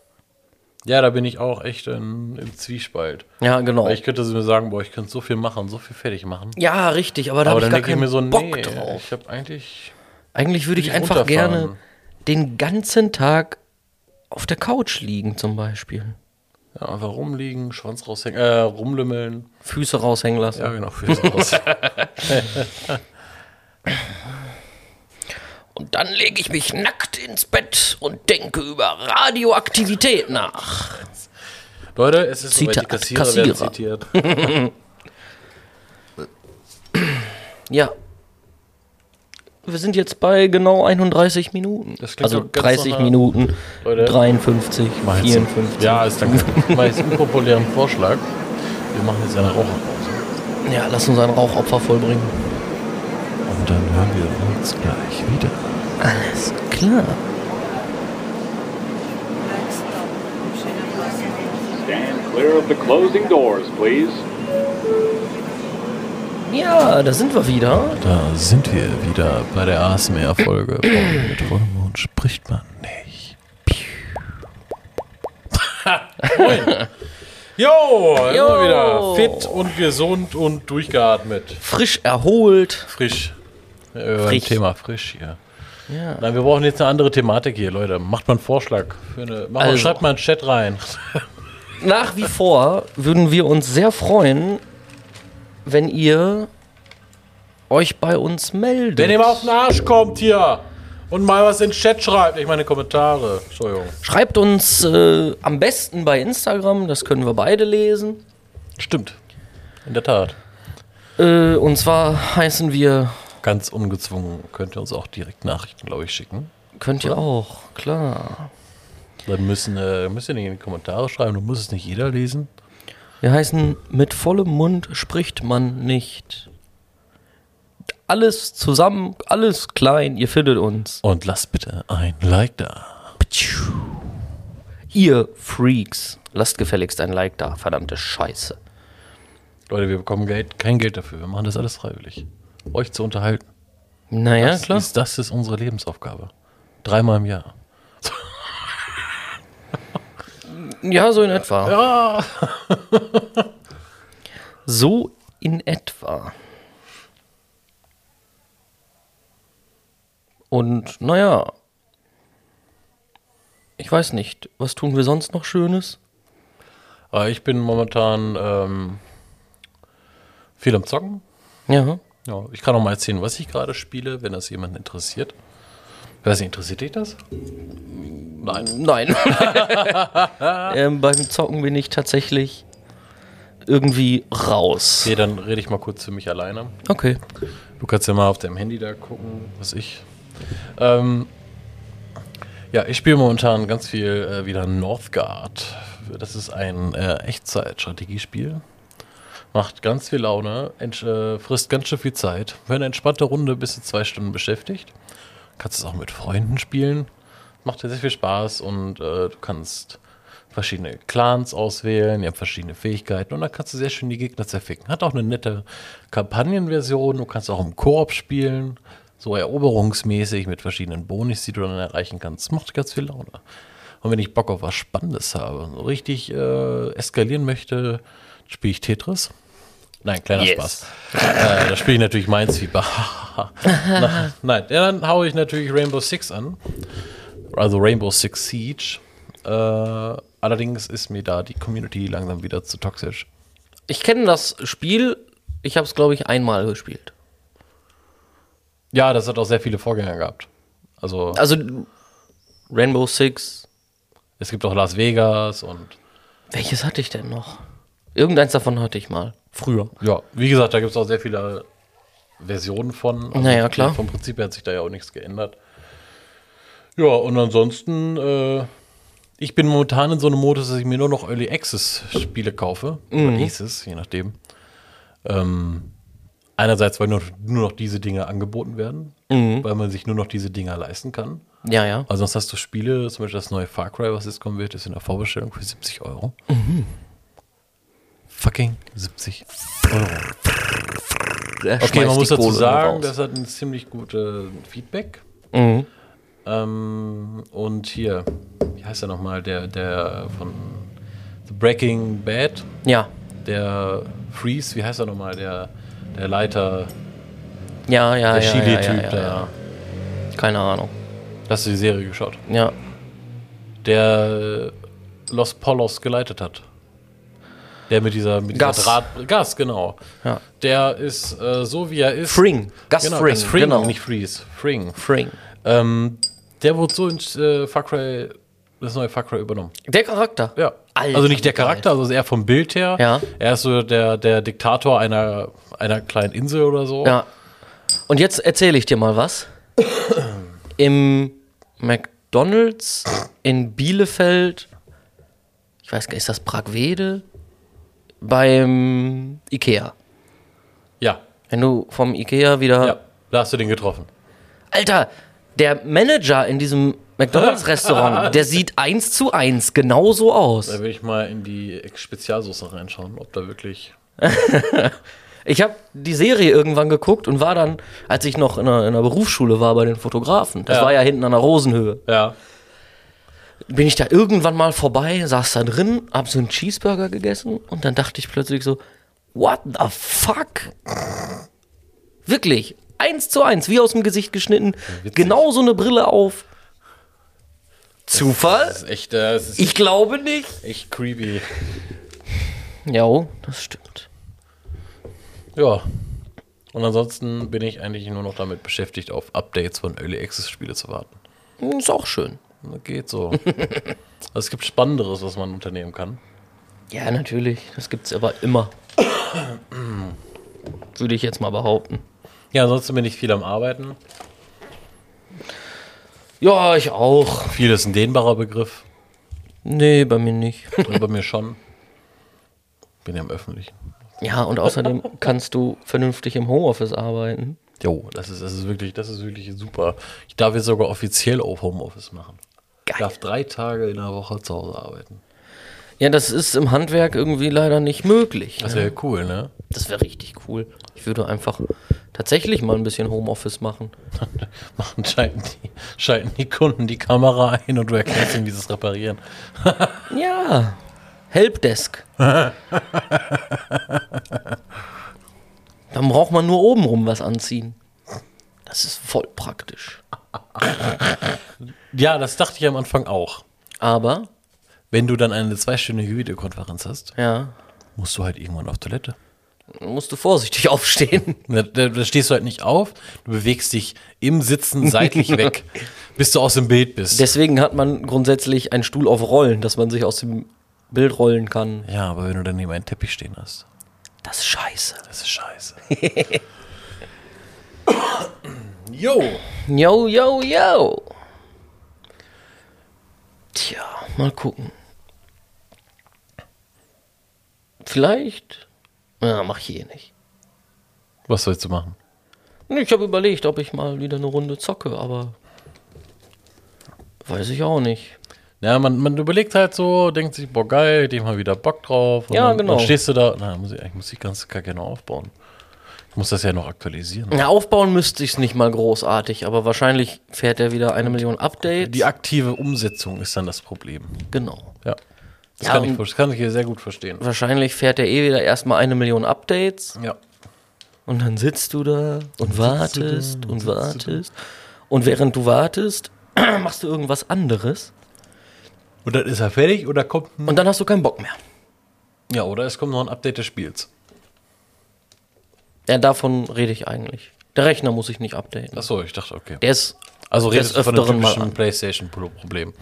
Ja, da bin ich auch echt in, im Zwiespalt.
Ja, genau.
Weil ich könnte mir sagen, boah, ich könnte so viel machen, so viel fertig machen.
Ja, richtig, aber da habe
Aber
ich
dann
gar
denke ich
keinen
mir so,
Bock
nee,
drauf.
ich habe eigentlich
Eigentlich würde ich
Nicht
einfach
runterfahren.
gerne den ganzen Tag auf der Couch liegen zum Beispiel.
ja, einfach rumliegen, Schwanz raushängen, äh, rumlümmeln.
Füße raushängen lassen.
Ja, genau, fürs Haus.
Und dann lege ich mich nackt ins Bett und denke über Radioaktivität nach.
<laughs> Leute, es ist soweit, die
Zitat,
Kassierer, Kassierer werden
Kassierer.
zitiert.
Ja. Wir sind jetzt bei genau 31 Minuten.
Das klingt
Also
doch ganz
30
normal.
Minuten,
Leute.
53,
Meinst du?
54.
Ja, ist <laughs> dann mache ich einen unpopulären Vorschlag. Wir machen jetzt eine Raucherpause.
ja, lass uns ein Rauchopfer vollbringen.
Und dann hören wir uns gleich wieder.
Alles klar.
Stand clear of the closing doors, please.
Ja, da sind wir wieder.
Da sind wir wieder bei der ASMR-Folge. von Mit Vollmond spricht man nicht. Moin. <laughs> Jo,
Jo.
immer wieder fit und gesund und durchgeatmet.
Frisch erholt.
Frisch. Äh,
Frisch.
Thema frisch hier.
Ja.
Nein, wir brauchen jetzt eine andere Thematik hier, Leute. Macht mal einen Vorschlag. Für eine, mach mal,
Also.
schreibt mal einen Chat rein.
Nach wie vor würden wir uns sehr freuen, wenn ihr euch bei uns meldet.
Wenn ihr mal auf den Arsch kommt hier und mal was in den Chat schreibt. Ich meine Kommentare. Entschuldigung.
Schreibt uns äh, am besten bei Instagram, das können wir beide lesen.
Stimmt. In der Tat.
Äh, und zwar heißen wir,
Ganz ungezwungen könnt ihr uns auch direkt Nachrichten, glaube ich, schicken.
könnt ihr auch, klar.
Dann müssen, äh, müsst ihr nicht in die Kommentare schreiben, dann muss es nicht jeder lesen.
Wir heißen, mit vollem Mund spricht man nicht. Alles zusammen, alles klein, ihr findet uns.
Und lasst bitte ein Like da.
Ihr Freaks, lasst gefälligst ein Like da, verdammte Scheiße.
Leute, wir bekommen Geld, kein Geld dafür. Wir machen das alles freiwillig. Euch zu unterhalten.
Naja,
Das
klar.
Ist, das ist unsere Lebensaufgabe. Dreimal im Jahr.
Ja, so in etwa. <laughs> so in etwa. Und naja, ich weiß nicht, was tun wir sonst noch Schönes?
Aber Äh, ich bin momentan ähm, viel am Zocken.
Ja.
Ja, ich kann auch mal erzählen, was ich gerade spiele, wenn das jemanden interessiert. Ich weiß nicht, interessiert dich das? Nein.
Nein. ähm, beim Zocken bin ich tatsächlich irgendwie raus.
Okay, dann rede ich mal kurz für mich alleine.
Okay.
Du kannst ja mal auf deinem Handy da gucken, was ich. Ähm, ja, ich spiele momentan ganz viel äh, wieder Northgard. Das ist ein äh, Echtzeit-Strategiespiel. Macht ganz viel Laune, ents- äh, frisst ganz schön viel Zeit. Für eine entspannte Runde bist du zwei Stunden beschäftigt. Kannst es auch mit Freunden spielen. Macht dir sehr viel Spaß und äh, du kannst verschiedene Clans auswählen, ihr habt verschiedene Fähigkeiten und dann kannst du sehr schön die Gegner zerficken. Hat auch eine nette Kampagnenversion, du kannst auch im Koop spielen, so eroberungsmäßig mit verschiedenen Bonis, die du dann erreichen kannst. Macht ganz viel Laune. Und wenn ich Bock auf was Spannendes habe, so richtig äh, eskalieren möchte, spiele ich Tetris. Nein, kleiner
Yes.
Spaß. Äh, da spiele ich natürlich Minesweeper. Na, <laughs> nein, ja, dann haue ich natürlich Rainbow Six an. Also Rainbow Six Siege. Äh, allerdings ist mir da die Community langsam wieder zu toxisch.
Ich kenne das Spiel. Ich habe es, glaube ich, einmal gespielt.
Ja, das hat auch sehr viele Vorgänger gehabt. Also
Also Rainbow Six,
es gibt auch Las Vegas und
Welches hatte ich denn noch? Irgendeins davon hatte ich mal. Früher.
ja, wie gesagt, da gibt es auch sehr viele Versionen von. Also
Naja, klar.
Vom Prinzip her hat sich da ja auch nichts geändert. Ja, und ansonsten äh, Ich bin momentan in so einem Modus, dass ich mir nur noch Early Access Spiele kaufe. Oder Aces, je nachdem. Ähm, einerseits, weil nur, nur noch diese Dinge angeboten werden, weil man sich nur noch diese Dinger leisten kann.
Ja, ja.
Also sonst hast du Spiele, zum Beispiel das neue Far Cry, was jetzt kommen wird, ist in der Vorbestellung für 70 Euro. Fucking 70 Euro.
Er
Okay,
schmeißt
man
die
muss dazu
Kohle
sagen,
raus.
das hat ein ziemlich gutes äh, Feedback.
Mhm.
Ähm, und hier, wie heißt er nochmal, der, der von The Breaking Bad,
ja,
der Freeze, wie heißt er nochmal, der, der Leiter,
ja, Ah, ja,
der
ja,
Chili-Typ
ja, ja, ja,
da.
ja. Keine Ahnung.
Hast du die Serie geschaut?
Ja,
Der äh, Los Polos geleitet hat. Der mit dieser, mit
Gas.
dieser Draht. Gas, genau.
Ja.
Der ist äh, so, wie er ist.
Fring, Gas
Genau,
Fring,
Gas Fring,
genau.
nicht Freeze. Fring.
Fring.
Ähm, der wurde so in äh, Far Cry, das neue Far Cry übernommen.
Der Charakter.
Ja.
Alter,
also nicht der
wie geil.
Charakter, also eher vom Bild her.
Ja.
Er ist so der, der Diktator einer, einer kleinen Insel oder so.
Ja. Und jetzt erzähle ich dir mal
<coughs>
was. Im McDonalds in Bielefeld, ich weiß gar nicht, ist das Pragwede? Beim Ikea.
Ja.
Wenn du vom Ikea wieder.
ja. Da hast du den getroffen.
Alter, der Manager in diesem
<laughs>
McDonalds-Restaurant, der sieht eins zu eins genauso
Da
aus.
will ich mal in die Spezialsoße reinschauen, ob da wirklich.
Ich habe die Serie irgendwann geguckt und war dann, als ich noch in einer, in einer Berufsschule war bei den Fotografen, das
Ja.
war ja hinten an der Rosenhöhe,
Ja.
bin ich da irgendwann mal vorbei, saß da drin, hab so einen Cheeseburger gegessen und dann dachte ich plötzlich so, what the fuck? Wirklich, eins zu eins, wie aus dem Gesicht geschnitten,
witzig.
genau so eine Brille auf. Zufall?
Das ist echt, äh, das ist
Ich glaube nicht.
echt creepy.
Ja, das stimmt.
Ja. Und ansonsten bin ich eigentlich nur noch damit beschäftigt, auf Updates von Early Access Spiele zu warten.
Hm, Ist auch schön.
Das
<laughs>
geht so. also es gibt Spannenderes, was man unternehmen kann.
Ja, natürlich. Das gibt's aber immer. <coughs> Würde ich jetzt mal behaupten.
Ja, ansonsten bin ich viel am Arbeiten.
Ja, ich auch.
Viel ist ein dehnbarer Begriff,
Nee, bei mir nicht. <laughs>
aber bei mir schon. Bin ja im Öffentlichen.
Ja, und außerdem kannst du vernünftig im Homeoffice arbeiten.
Jo, das ist, das ist wirklich, das ist wirklich super. Ich darf jetzt sogar offiziell auf Homeoffice machen. Ich darf drei Tage in der Woche zu Hause arbeiten.
Ja, das ist im Handwerk irgendwie leider nicht möglich.
Das wäre cool, ne? <laughs>
Das wäre richtig cool. Ich würde einfach tatsächlich mal ein bisschen Homeoffice machen.
Machen, schalten die, schalten die Kunden die Kamera ein und du erklärst ihnen, wie sie es reparieren.
Ja. Helpdesk. Dann braucht man nur obenrum was anziehen. Das ist voll praktisch.
Ja, das dachte ich am Anfang auch.
Aber,
Wenn du dann eine zweistündige Videokonferenz hast,
ja,
musst du halt irgendwann auf Toilette.
musst du vorsichtig <laughs> aufstehen.
Da, da, da stehst du halt nicht auf, du bewegst dich im Sitzen
<laughs>
seitlich weg, bis du aus dem Bild bist.
Deswegen hat man grundsätzlich einen Stuhl auf Rollen, dass man sich aus dem Bild rollen kann.
ja, aber wenn du daneben einen Teppich stehen hast,
Das ist scheiße.
das ist scheiße. <laughs> jo,
Yo, yo, yo. Tja, mal gucken. Vielleicht. Ja, mach ich eh nicht.
was sollst du machen?
Hm, Ich habe überlegt, ob ich mal wieder eine Runde zocke, aber. Weiß ich auch nicht.
Ja, man, man überlegt halt so, denkt sich, boah geil, hätte ich mal wieder Bock drauf. Und
Ja,
dann,
genau.
Dann stehst du da, na, muss ich, ich muss die ganze Kacke noch aufbauen. Ich muss das ja noch aktualisieren.
Na, aufbauen müsste ich es nicht mal großartig, aber wahrscheinlich fährt er wieder eine Million Updates.
Die aktive Umsetzung ist dann das Problem.
genau.
Ja. Das,
Ja,
kann, ich,
und-
ver- das kann ich hier sehr gut verstehen.
Wahrscheinlich fährt er eh wieder erstmal eine Million Updates
Ja.
und dann sitzt du da und wartest und wartest. Und während du wartest, <clears throat> machst du irgendwas anderes
Und dann ist er fertig oder kommt ein
und dann hast du keinen Bock mehr.
Ja, oder es kommt noch ein Update des Spiels.
Ja, davon rede ich eigentlich. Der Rechner muss ich nicht updaten.
Achso, ich dachte, okay.
Der ist.
Also
des
redest du von dem
Öfteren mal
typischen
an.
PlayStation-Problem.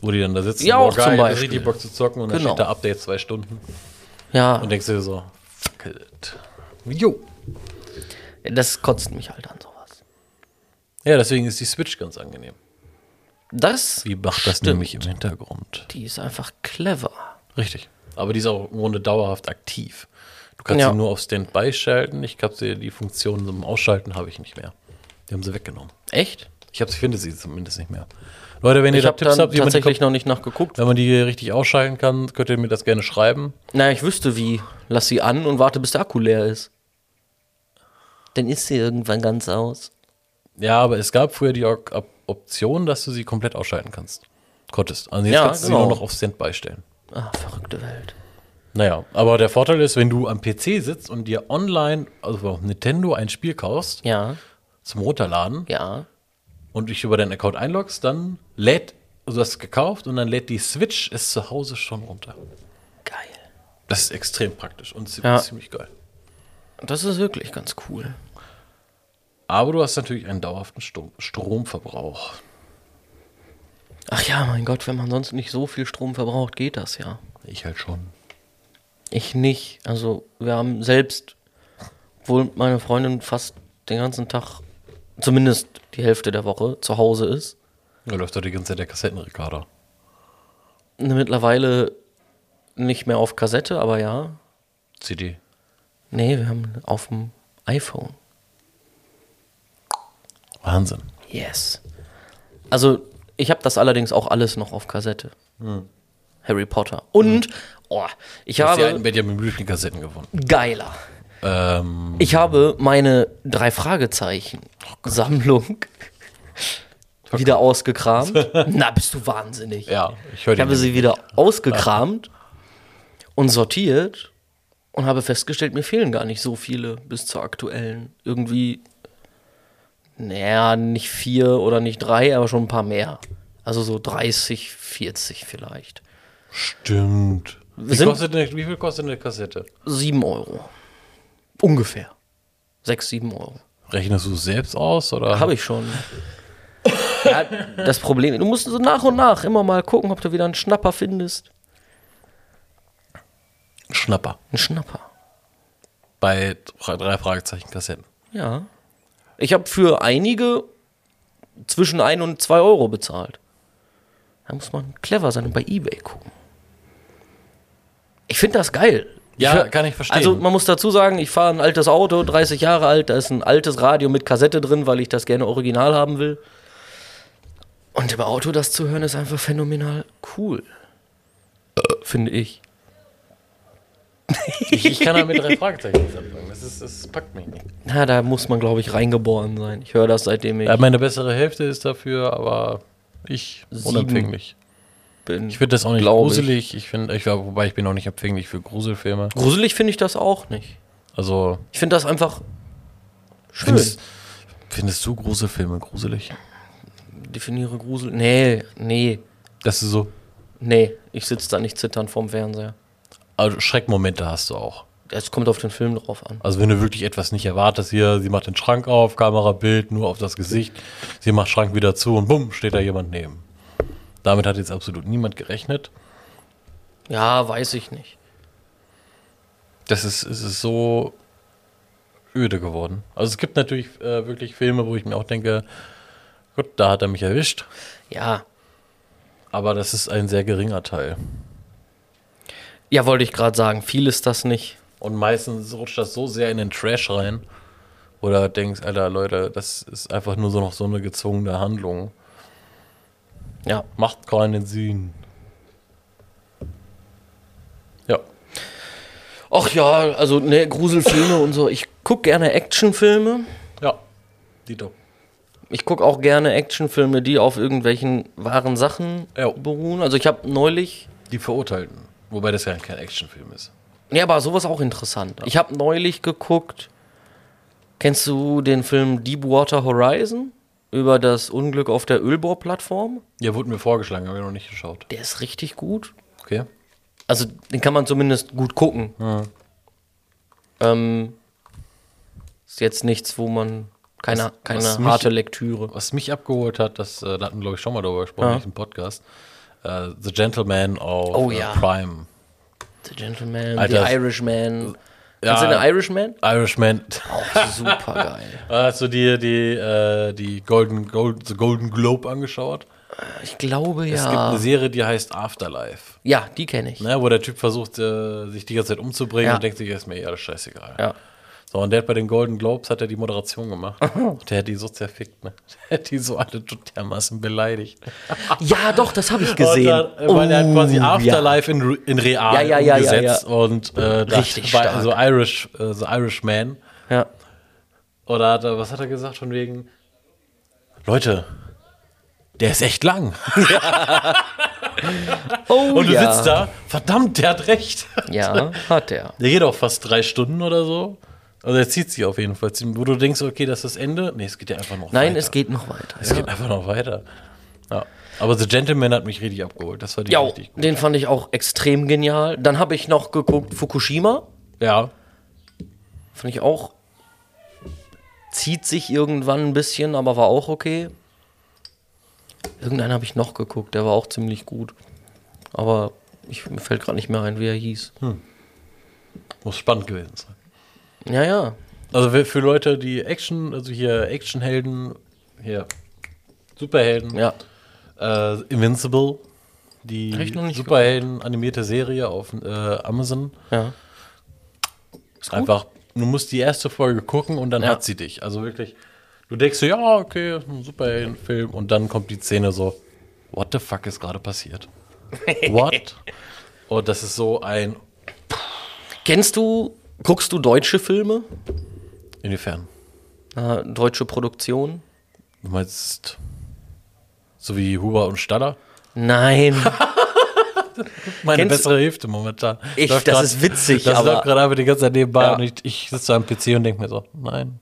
Wo die dann da sitzen,
Ja,
boah,
auch zum
jetzt
Beispiel.
richtig Bock zu zocken und dann
Genau.
steht da Update zwei Stunden
Ja,
und denkst dir so, fuck it. Jo.
das kotzt mich halt an sowas.
Ja, deswegen ist die Switch ganz angenehm.
Das,
Die macht das
Stimmt.
nämlich im Hintergrund.
die ist einfach clever.
Richtig. Aber die ist auch im Grunde dauerhaft aktiv. Du kannst
Ja.
sie nur auf Standby schalten. Ich glaube, die Funktion zum Ausschalten habe ich nicht mehr. Die haben sie weggenommen.
Echt?
Ich hab, finde sie zumindest nicht mehr. Leute, wenn ihr
Ich
da
habe
Tipps
dann
habt, wie man die,
tatsächlich
kom-
noch nicht nachgeguckt.
wenn man die richtig ausschalten kann, könnt ihr mir das gerne schreiben.
Naja, ich wüsste wie. Lass sie an und warte, bis der Akku leer ist. Dann ist sie irgendwann ganz aus.
Ja, aber es gab früher die Op- Op- Option, dass du sie komplett ausschalten kannst. Konntest. Also jetzt
Ja,
kannst du sie
genau.
nur noch auf Standby stellen.
Ah, verrückte Welt.
Naja, aber der Vorteil ist, wenn du am PC sitzt und dir online, also auf Nintendo, ein Spiel kaufst
Ja,
zum Runterladen
ja.
und dich über deinen Account einloggst, dann lädt, also du hast es gekauft und dann lädt die Switch es zu Hause schon runter.
Geil.
Das ist extrem praktisch und ziemlich,
Ja.
ziemlich geil.
Das ist wirklich ganz cool.
Aber du hast natürlich einen dauerhaften Sturm Stromverbrauch.
Ach ja, mein Gott, wenn man sonst nicht so viel Strom verbraucht, geht das ja.
Ich halt schon.
Ich nicht. Also, wir haben selbst, obwohl meine Freundin fast den ganzen Tag, zumindest die Hälfte der Woche, zu Hause ist.
Da läuft doch die ganze Zeit der Kassettenrekorder.
Mittlerweile nicht mehr auf Kassette, aber ja.
CD.
Nee, wir haben auf dem iPhone.
Wahnsinn.
Yes. Also, ich habe das allerdings auch alles noch auf Kassette. Hm. Harry Potter. Und, oh, ich
Ich habe die
habe.
alten Benjamin Blümchen Kassetten gewonnen.
Geiler.
Ähm,
Ich habe meine drei Fragezeichen Sammlung wieder <laughs> ausgekramt. Na, bist du wahnsinnig.
ja, ich höre
Ich habe sie wieder ausgekramt und sortiert und habe festgestellt, mir fehlen gar nicht so viele bis zur aktuellen. Irgendwie, naja, nicht vier oder nicht drei, aber schon ein paar mehr. Also so 30, 40 vielleicht.
Stimmt. Wie,
sind-
kostet eine, wie viel kostet eine Kassette?
Sieben Euro. Ungefähr. Sechs, sieben Euro.
Rechnest du es selbst aus? Oder?
Habe ich schon. ja, das Problem, du musst so nach und nach immer mal gucken, ob du wieder einen Schnapper findest.
Schnapper.
Einen Schnapper.
Bei drei drei Fragezeichen <laughs> Kassetten.
Ja. Ich habe für einige zwischen 1 und 2 Euro bezahlt. Da muss man clever sein und bei Ebay gucken. Ich finde das geil.
Ja,
hör-
kann ich verstehen.
Also man muss dazu sagen, ich fahre ein altes Auto, 30 Jahre alt, da ist ein altes Radio mit Kassette drin, weil ich das gerne original haben will. Und im Auto das zu hören ist einfach phänomenal cool. Finde ich.
Ich, ich kann da mit drei Fragezeichen nichts anfangen. Das, ist, das packt mich nicht.
Na, da muss man, glaube ich, reingeboren sein. Ich höre das, seitdem ich
Ja, meine bessere Hälfte ist dafür, aber ich
Sieben.
unempfänglich.
bin.
Ich finde das auch nicht
Glaub ich.
gruselig. Ich finde, ich, war- wobei ich bin auch nicht empfänglich für Gruselfilme.
Gruselig finde ich das auch nicht.
Also
Ich finde das einfach schön.
findest, findest du Gruselfilme gruselig?
Definiere Grusel. Nee, nee,
Dass du so
nee. Ich sitze da nicht zitternd vorm Fernseher.
also Schreckmomente hast du auch.
Es kommt auf den Film drauf an.
Also wenn du wirklich etwas nicht erwartest, hier, sie macht den Schrank auf, Kamerabild nur auf das Gesicht, sie macht Schrank wieder zu und bumm, steht da jemand neben. Damit hat jetzt absolut niemand gerechnet.
Ja, weiß ich nicht.
Das ist, es ist so öde geworden. Also es gibt natürlich äh, wirklich Filme, wo ich mir auch denke, gut, da hat er mich erwischt.
Ja.
Aber das ist ein sehr geringer Teil.
Ja, wollte ich gerade sagen. Viel ist das nicht.
Und meistens rutscht das so sehr in den Trash rein. Oder denkst, Alter, Leute, das ist einfach nur so noch so eine gezwungene Handlung.
Ja.
Macht keinen Sinn. Ja.
Ach ja, also ne, Gruselfilme und so. Ich gucke gerne Actionfilme.
Ja. Dito.
Ich gucke auch gerne Actionfilme, die auf irgendwelchen wahren Sachen
Ja.
beruhen. Also ich habe neulich
Die Verurteilten. Wobei das ja kein Actionfilm ist.
Ja, aber sowas auch interessant. Ich habe neulich geguckt. Kennst du den Film Deepwater Horizon? Über das Unglück auf der Ölbohrplattform?
Ja, wurde mir vorgeschlagen, habe ich noch nicht geschaut.
Der ist richtig gut.
Okay.
Also, den kann man zumindest gut gucken. Ähm, ist jetzt nichts, wo man. Keine, keine
was mich-
harte Lektüre.
Was mich abgeholt hat, das äh, da hatten wir, glaube ich, schon mal darüber gesprochen,
Ja.
nicht im Podcast. Äh, The Gentleman auf
Oh,
äh,
ja.
Prime.
The Gentleman,
Alter,
The Irishman.
ja.
Kennst du den Irishman?
Irishman. <laughs> Ah,
Auch super geil.
Hast du dir die, äh, die Golden, Gold, The Golden Globe angeschaut?
Ich glaube
Es gibt
ja.
eine Serie, die heißt Afterlife,
Ja, die kenne ich.
ne, wo der Typ versucht, äh, sich die ganze Zeit umzubringen
Ja.
und denkt sich, ist mir eh alles scheißegal.
Ja.
So, und der hat bei den Golden Globes hat er die Moderation
<laughs>
gemacht. Und der hat die so zerfickt, ne? Der hat die so alle so dermaßen beleidigt.
Ja, doch, das habe ich gesehen.
Und dann, äh, weil er hat quasi
Oh,
Afterlife in, Re- in real
Ja, ja, ja, ja,
umgesetzt und äh, da
Richtig
war
stark.
so Irish, äh, so Irishman.
Ja. ja.
Oder hat er, was hat er gesagt von wegen? Leute, der ist echt lang.
Oh,
Und du
ja.
sitzt da, verdammt, der hat recht.
Ja, hat er.
Der geht auch fast drei Stunden oder so. Also er zieht sich auf jeden Fall. Wo du denkst, okay, das ist das Ende. Nee, es geht ja einfach noch weiter.
Nein, es geht noch weiter.
Es geht einfach noch weiter. Ja. Aber The Gentleman hat mich richtig abgeholt. Das war die
Ja,
richtig gut.
den fand ich auch extrem genial. Dann habe ich noch geguckt Fukushima.
Ja.
Fand ich auch. Zieht sich irgendwann ein bisschen, aber war auch okay. Irgendeinen habe ich noch geguckt, der war auch ziemlich gut. Aber ich, mir fällt gerade nicht mehr ein, wie er hieß.
Hm. Muss spannend gewesen sein.
Ja, ja.
Also für- für Leute, die Action, also hier Actionhelden, hier Superhelden,
Ja.
äh, Invincible, die
Hab ich noch nicht
Superhelden animierte Serie auf äh, Amazon.
Ja.
Einfach, du musst die erste Folge gucken und dann
Ja.
hat sie dich. Also wirklich, du denkst dir, ja, okay, ist ein Superheldenfilm und dann kommt die Szene so, what the fuck ist
<laughs>
gerade passiert? What? Und das ist so ein,
Kennst du, guckst du deutsche Filme?
inwiefern?
Äh, deutsche Produktion?
Du meinst, so wie Huber und Staller?
Nein.
Meine
Kennst-
bessere Hälfte momentan.
Ich-
Läuft
das
grad-
ist witzig,
Das
aber-
läuft gerade einfach die ganze Zeit nebenbei
Ja.
und ich, ich sitze am PC und denke mir so,
<laughs>
nein.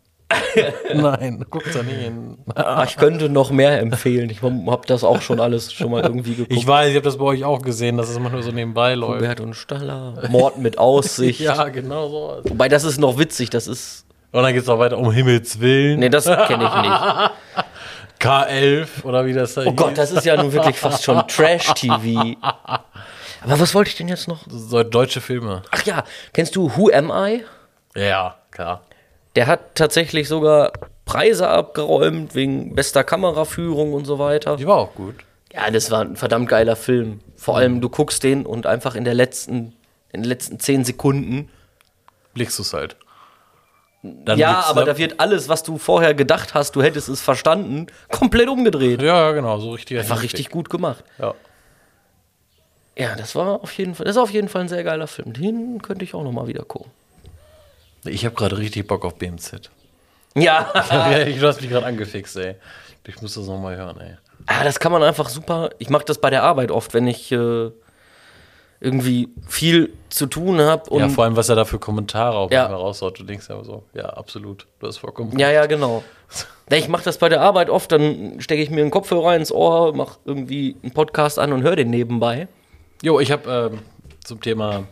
nein, guck da nicht hin.
Ah, ich könnte noch mehr empfehlen. Ich habe das auch schon alles schon mal irgendwie geguckt.
Ich weiß, ich habe das bei euch auch gesehen, dass es immer nur so nebenbei läuft.
Robert und Staller. Mord mit Aussicht.
<laughs> Ja, genau so.
Wobei, das ist noch witzig. Das ist.
Und dann geht es auch weiter um Himmels Willen.
Nee, das kenne ich nicht.
K11 oder wie das da
Oh Gott, das ist ja nun wirklich fast schon Trash-TV. Aber was wollte ich denn jetzt noch?
So deutsche Filme.
Ach ja, kennst du Who Am I?
Ja, klar.
Der hat tatsächlich sogar Preise abgeräumt wegen bester Kameraführung und so weiter.
Die war auch gut.
Ja, das war ein verdammt geiler Film. Vor allem, du guckst den und einfach in der letzten, in den letzten zehn Sekunden
Blickst du es halt. Dann
ja,
blickst du-
aber da wird alles, was du vorher gedacht hast, du hättest es verstanden, komplett umgedreht.
Ja, genau, so richtig.
War richtig gut gemacht.
Ja.
Ja, das war auf jeden Fall, das ist auf jeden Fall ein sehr geiler Film. Den könnte ich auch nochmal wieder gucken.
Ich habe gerade richtig Bock auf BMZ.
Ja,
<laughs> Ja, ich, du hast mich gerade angefixt, ey. Ich muss das nochmal hören, ey.
<laughs> ah, das kann man einfach super. Ich mache das bei der Arbeit oft, wenn ich äh, irgendwie viel zu tun habe
ja,
und
vor allem, was er da für Kommentare auch
Ja.
ja. raushaut. Du denkst ja so, ja, absolut. Du hast vollkommen.
Ja, ja, genau. Ja, Ich mache das bei der Arbeit oft, dann stecke ich mir einen Kopfhörer ins Ohr, mache irgendwie einen Podcast an und höre den nebenbei.
Jo, ich habe ähm, zum Thema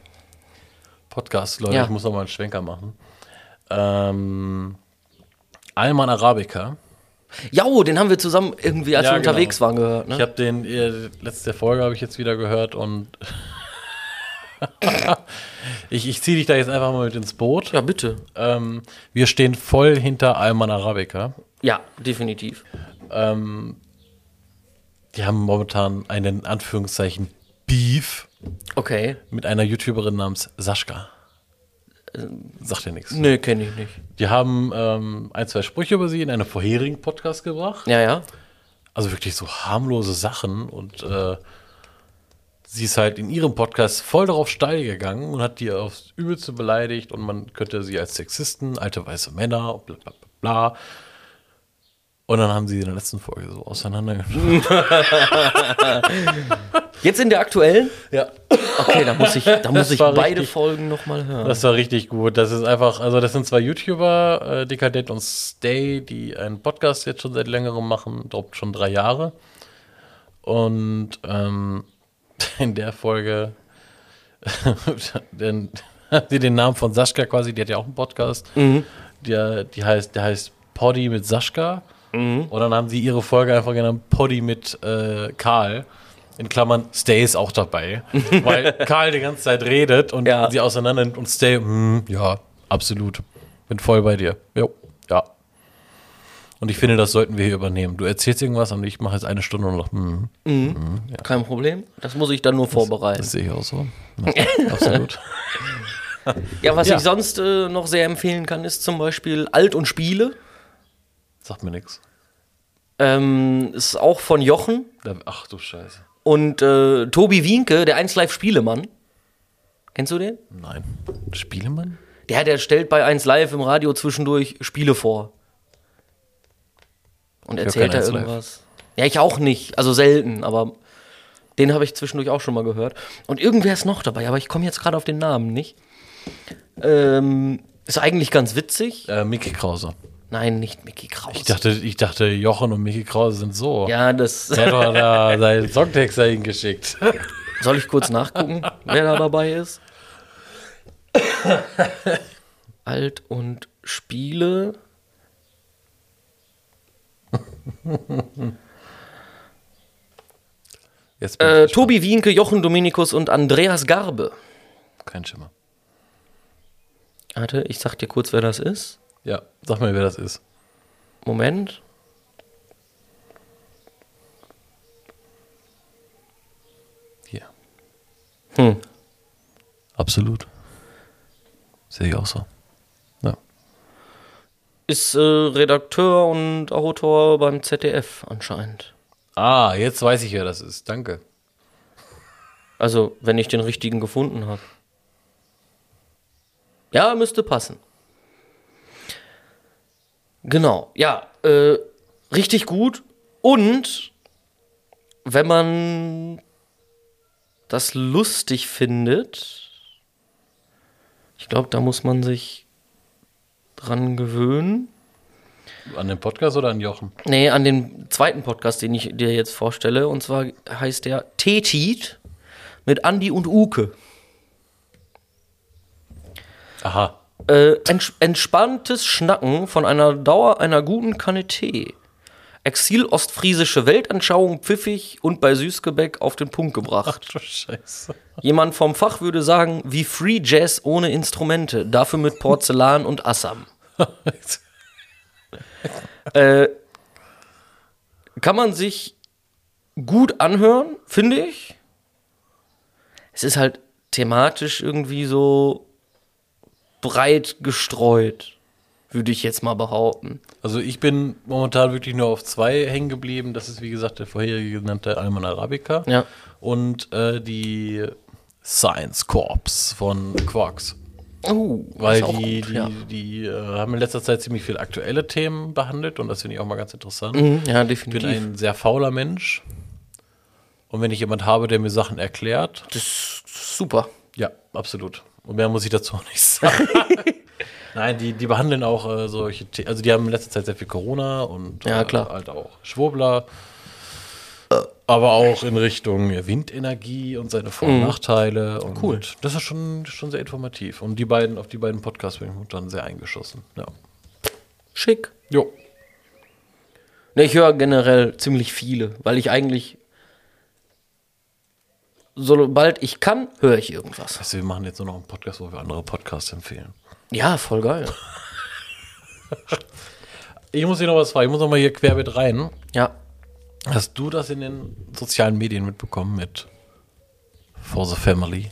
Podcast, Leute,
Ja.
ich muss nochmal einen Schwenker machen. Ähm, Alman Arabica.
Ja, oh, den haben wir zusammen irgendwie, als
Ja,
wir unterwegs
genau.
waren, gehört. Ne?
Ich habe den, äh, letzte Folge habe ich jetzt wieder gehört und <laughs> ich, ich ziehe dich da jetzt einfach mal mit ins Boot.
ja, bitte.
Ähm, wir stehen voll hinter Alman Arabica.
Ja, definitiv.
Die haben momentan einen in Anführungszeichen Beef
Okay.
mit einer YouTuberin namens Sascha.
Ähm,
Sagt dir nichts.
Nö, kenne ich nicht.
Die haben ähm, ein, zwei Sprüche über sie in einem vorherigen Podcast gebracht.
Ja, ja.
Also wirklich so harmlose Sachen. Und äh, sie ist halt in ihrem Podcast voll darauf steil gegangen und hat die aufs Übelste beleidigt. Und man könnte sie als Sexisten, alte weiße Männer, und bla bla bla. bla. Und dann haben sie in der letzten Folge so auseinandergenommen.
Jetzt in der aktuellen?
Ja.
Okay, da muss ich, <laughs> da muss
Das
ich
war
beide
richtig.
Folgen nochmal hören.
Das war richtig gut. Das ist einfach, also das sind zwei YouTuber, äh, Dekadent und Stay, die einen Podcast jetzt schon seit längerem machen, droppt schon drei Jahre. Und ähm, <laughs> in der Folge den, haben sie den Namen von Sascha quasi, die hat ja auch einen Podcast, der, die heißt, der heißt Poddy mit Sascha. Und dann haben sie ihre Folge einfach genannt Poddy mit äh, Karl. In Klammern, Stay ist auch dabei. Weil Karl die ganze Zeit redet und
Ja.
sie auseinander nimmt und hm, Stay, mm, ja, absolut. Bin voll bei dir. Jo, ja. Und ich finde, das sollten wir hier übernehmen. Du erzählst irgendwas und ich mache jetzt eine Stunde und noch. hm,
Kein Problem. Das muss ich dann nur vorbereiten.
Das sehe ich auch so. <laughs> Ja, absolut.
ja, was
Ja.
ich sonst äh, noch sehr empfehlen kann, ist zum Beispiel Alt und Spiele.
Sagt mir nichts.
Ähm, ist auch von Jochen
Ach du Scheiße.
und äh, Tobi Wienke, der 1Live-Spielemann. Kennst du den?
Nein. Spielemann?
Der, der stellt bei 1Live im Radio zwischendurch Spiele vor. Und erzählt da
kein 1Live.
irgendwas. Ja, ich auch nicht. Also selten, aber den habe ich zwischendurch auch schon mal gehört. Und irgendwer ist noch dabei, aber ich komme jetzt gerade auf den Namen nicht. Ähm, ist eigentlich ganz witzig.
Äh, Mickey Krause.
Nein, nicht Mickey Kraus.
Ich dachte, ich dachte, Jochen und Mickey Krause sind so.
ja, das. <laughs>
Der hat doch da seinen Songtext dahin geschickt.
Soll ich kurz nachgucken, wer da dabei ist? Alt und Spiele. Äh,
Jetzt bin
Äh,
ich gespannt.
Tobi Wienke, Jochen Dominikus und Andreas Garbe.
Kein Schimmer.
Warte, ich sag dir kurz, wer das ist.
Ja, sag mir, wer das ist.
Moment.
Hier.
Hm.
Absolut. Sehe ich auch so. Ja.
Ist äh, Redakteur und Autor beim ZDF anscheinend.
Ah, jetzt weiß ich, wer das ist. Danke.
Also, wenn ich den richtigen gefunden habe. Ja, müsste passen. Genau, ja, äh, richtig gut. Und wenn man das lustig findet, ich glaube, da muss man sich dran gewöhnen.
An den Podcast oder an Jochen?
Nee, an den zweiten Podcast, den ich dir jetzt vorstelle. Und zwar heißt der Tetit mit Andi und Uke.
Aha.
Äh, ents entspanntes Schnacken von einer Dauer einer guten Kanne Tee. Exil-ostfriesische Weltanschauung pfiffig und bei Süßgebäck auf den Punkt gebracht.
Du Scheiße.
Jemand vom Fach würde sagen, wie Free Jazz ohne Instrumente, dafür mit Porzellan und Assam. Äh, kann man sich gut anhören, finde ich. Es ist halt thematisch irgendwie so breit gestreut, würde ich jetzt mal behaupten.
Also ich bin momentan wirklich nur auf zwei hängen geblieben. Das ist wie gesagt der vorherige genannte Alman Arabica
Ja.
und äh, die Science Corps von Quarks.
Oh,
Weil
ist auch
die,
gut,
die,
ja.
die äh, haben in letzter Zeit ziemlich viele aktuelle Themen behandelt und das finde ich auch mal ganz interessant.
Mhm, ja,
Ich bin
definitiv.
ein sehr fauler Mensch und wenn ich jemand habe, der mir Sachen erklärt,
das ist super.
ja, absolut. Und mehr muss ich dazu auch nicht sagen. Nein, die, die behandeln auch äh, solche The Also die haben in letzter Zeit sehr viel Corona und
Ja,
äh,
klar.
halt auch Schwurbler. Aber auch in Richtung Windenergie und seine Vor- und Nachteile. Und cool. Das ist schon, schon sehr informativ. Und die beiden, auf die beiden Podcasts bin ich momentan sehr eingeschossen. Ja.
Schick.
Jo.
Ne, ich höre generell ziemlich viele, weil ich eigentlich, sobald ich kann, höre ich irgendwas.
Also wir machen jetzt nur noch einen Podcast, wo wir andere Podcasts empfehlen.
Ja, voll geil.
Ich muss hier noch was fragen. Ich muss noch mal hier querbeet rein.
Ja.
Hast du das in den sozialen Medien mitbekommen mit For the Family?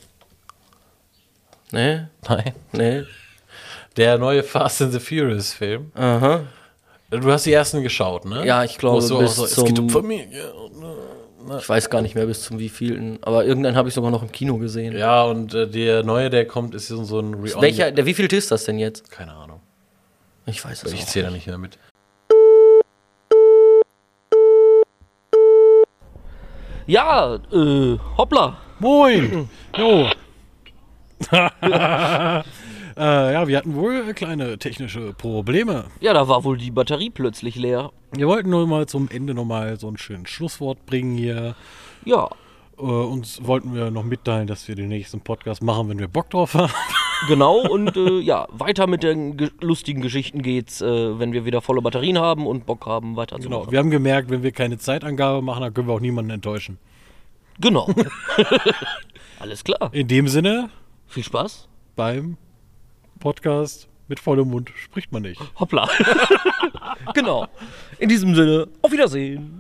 <laughs>
Ne,
Nein.
ne.
Der neue Fast and the Furious Film.
Aha.
Du hast die ersten geschaut, ne?
Ja, ich glaube,
Wo es
bis
auch es
zum-
geht um Familie. und, ne?
Ich weiß gar nicht mehr bis zum wievielten, aber irgendeinen habe ich sogar noch im Kino gesehen.
Ja, und äh, der neue, der kommt, ist so so ein Reon.
Welcher, der wievielte ist das denn jetzt?
Keine Ahnung.
Ich weiß es
Ich
nicht.
zähle da nicht mehr mit.
Ja, äh, hoppla.
Moin! Jo! äh, ja, wir hatten wohl kleine technische Probleme.
Ja, da war wohl die Batterie plötzlich leer.
Wir wollten nur mal zum Ende nochmal so ein schönes Schlusswort bringen hier.
Ja,
Äh, uns wollten wir noch mitteilen, dass wir den nächsten Podcast machen, wenn wir Bock drauf haben.
genau. Und <laughs> äh, ja, weiter mit den ge lustigen Geschichten geht's, äh, wenn wir wieder volle Batterien haben und Bock haben, weiter zu
Genau.
machen.
Wir haben gemerkt, wenn wir keine Zeitangabe machen, dann können wir auch niemanden enttäuschen.
<laughs> Genau. Alles klar.
In dem Sinne,
Viel Spaß.
beim Podcast
<laughs>
Mit vollem Mund spricht man nicht.
Hoppla. genau. In diesem Sinne, auf Wiedersehen.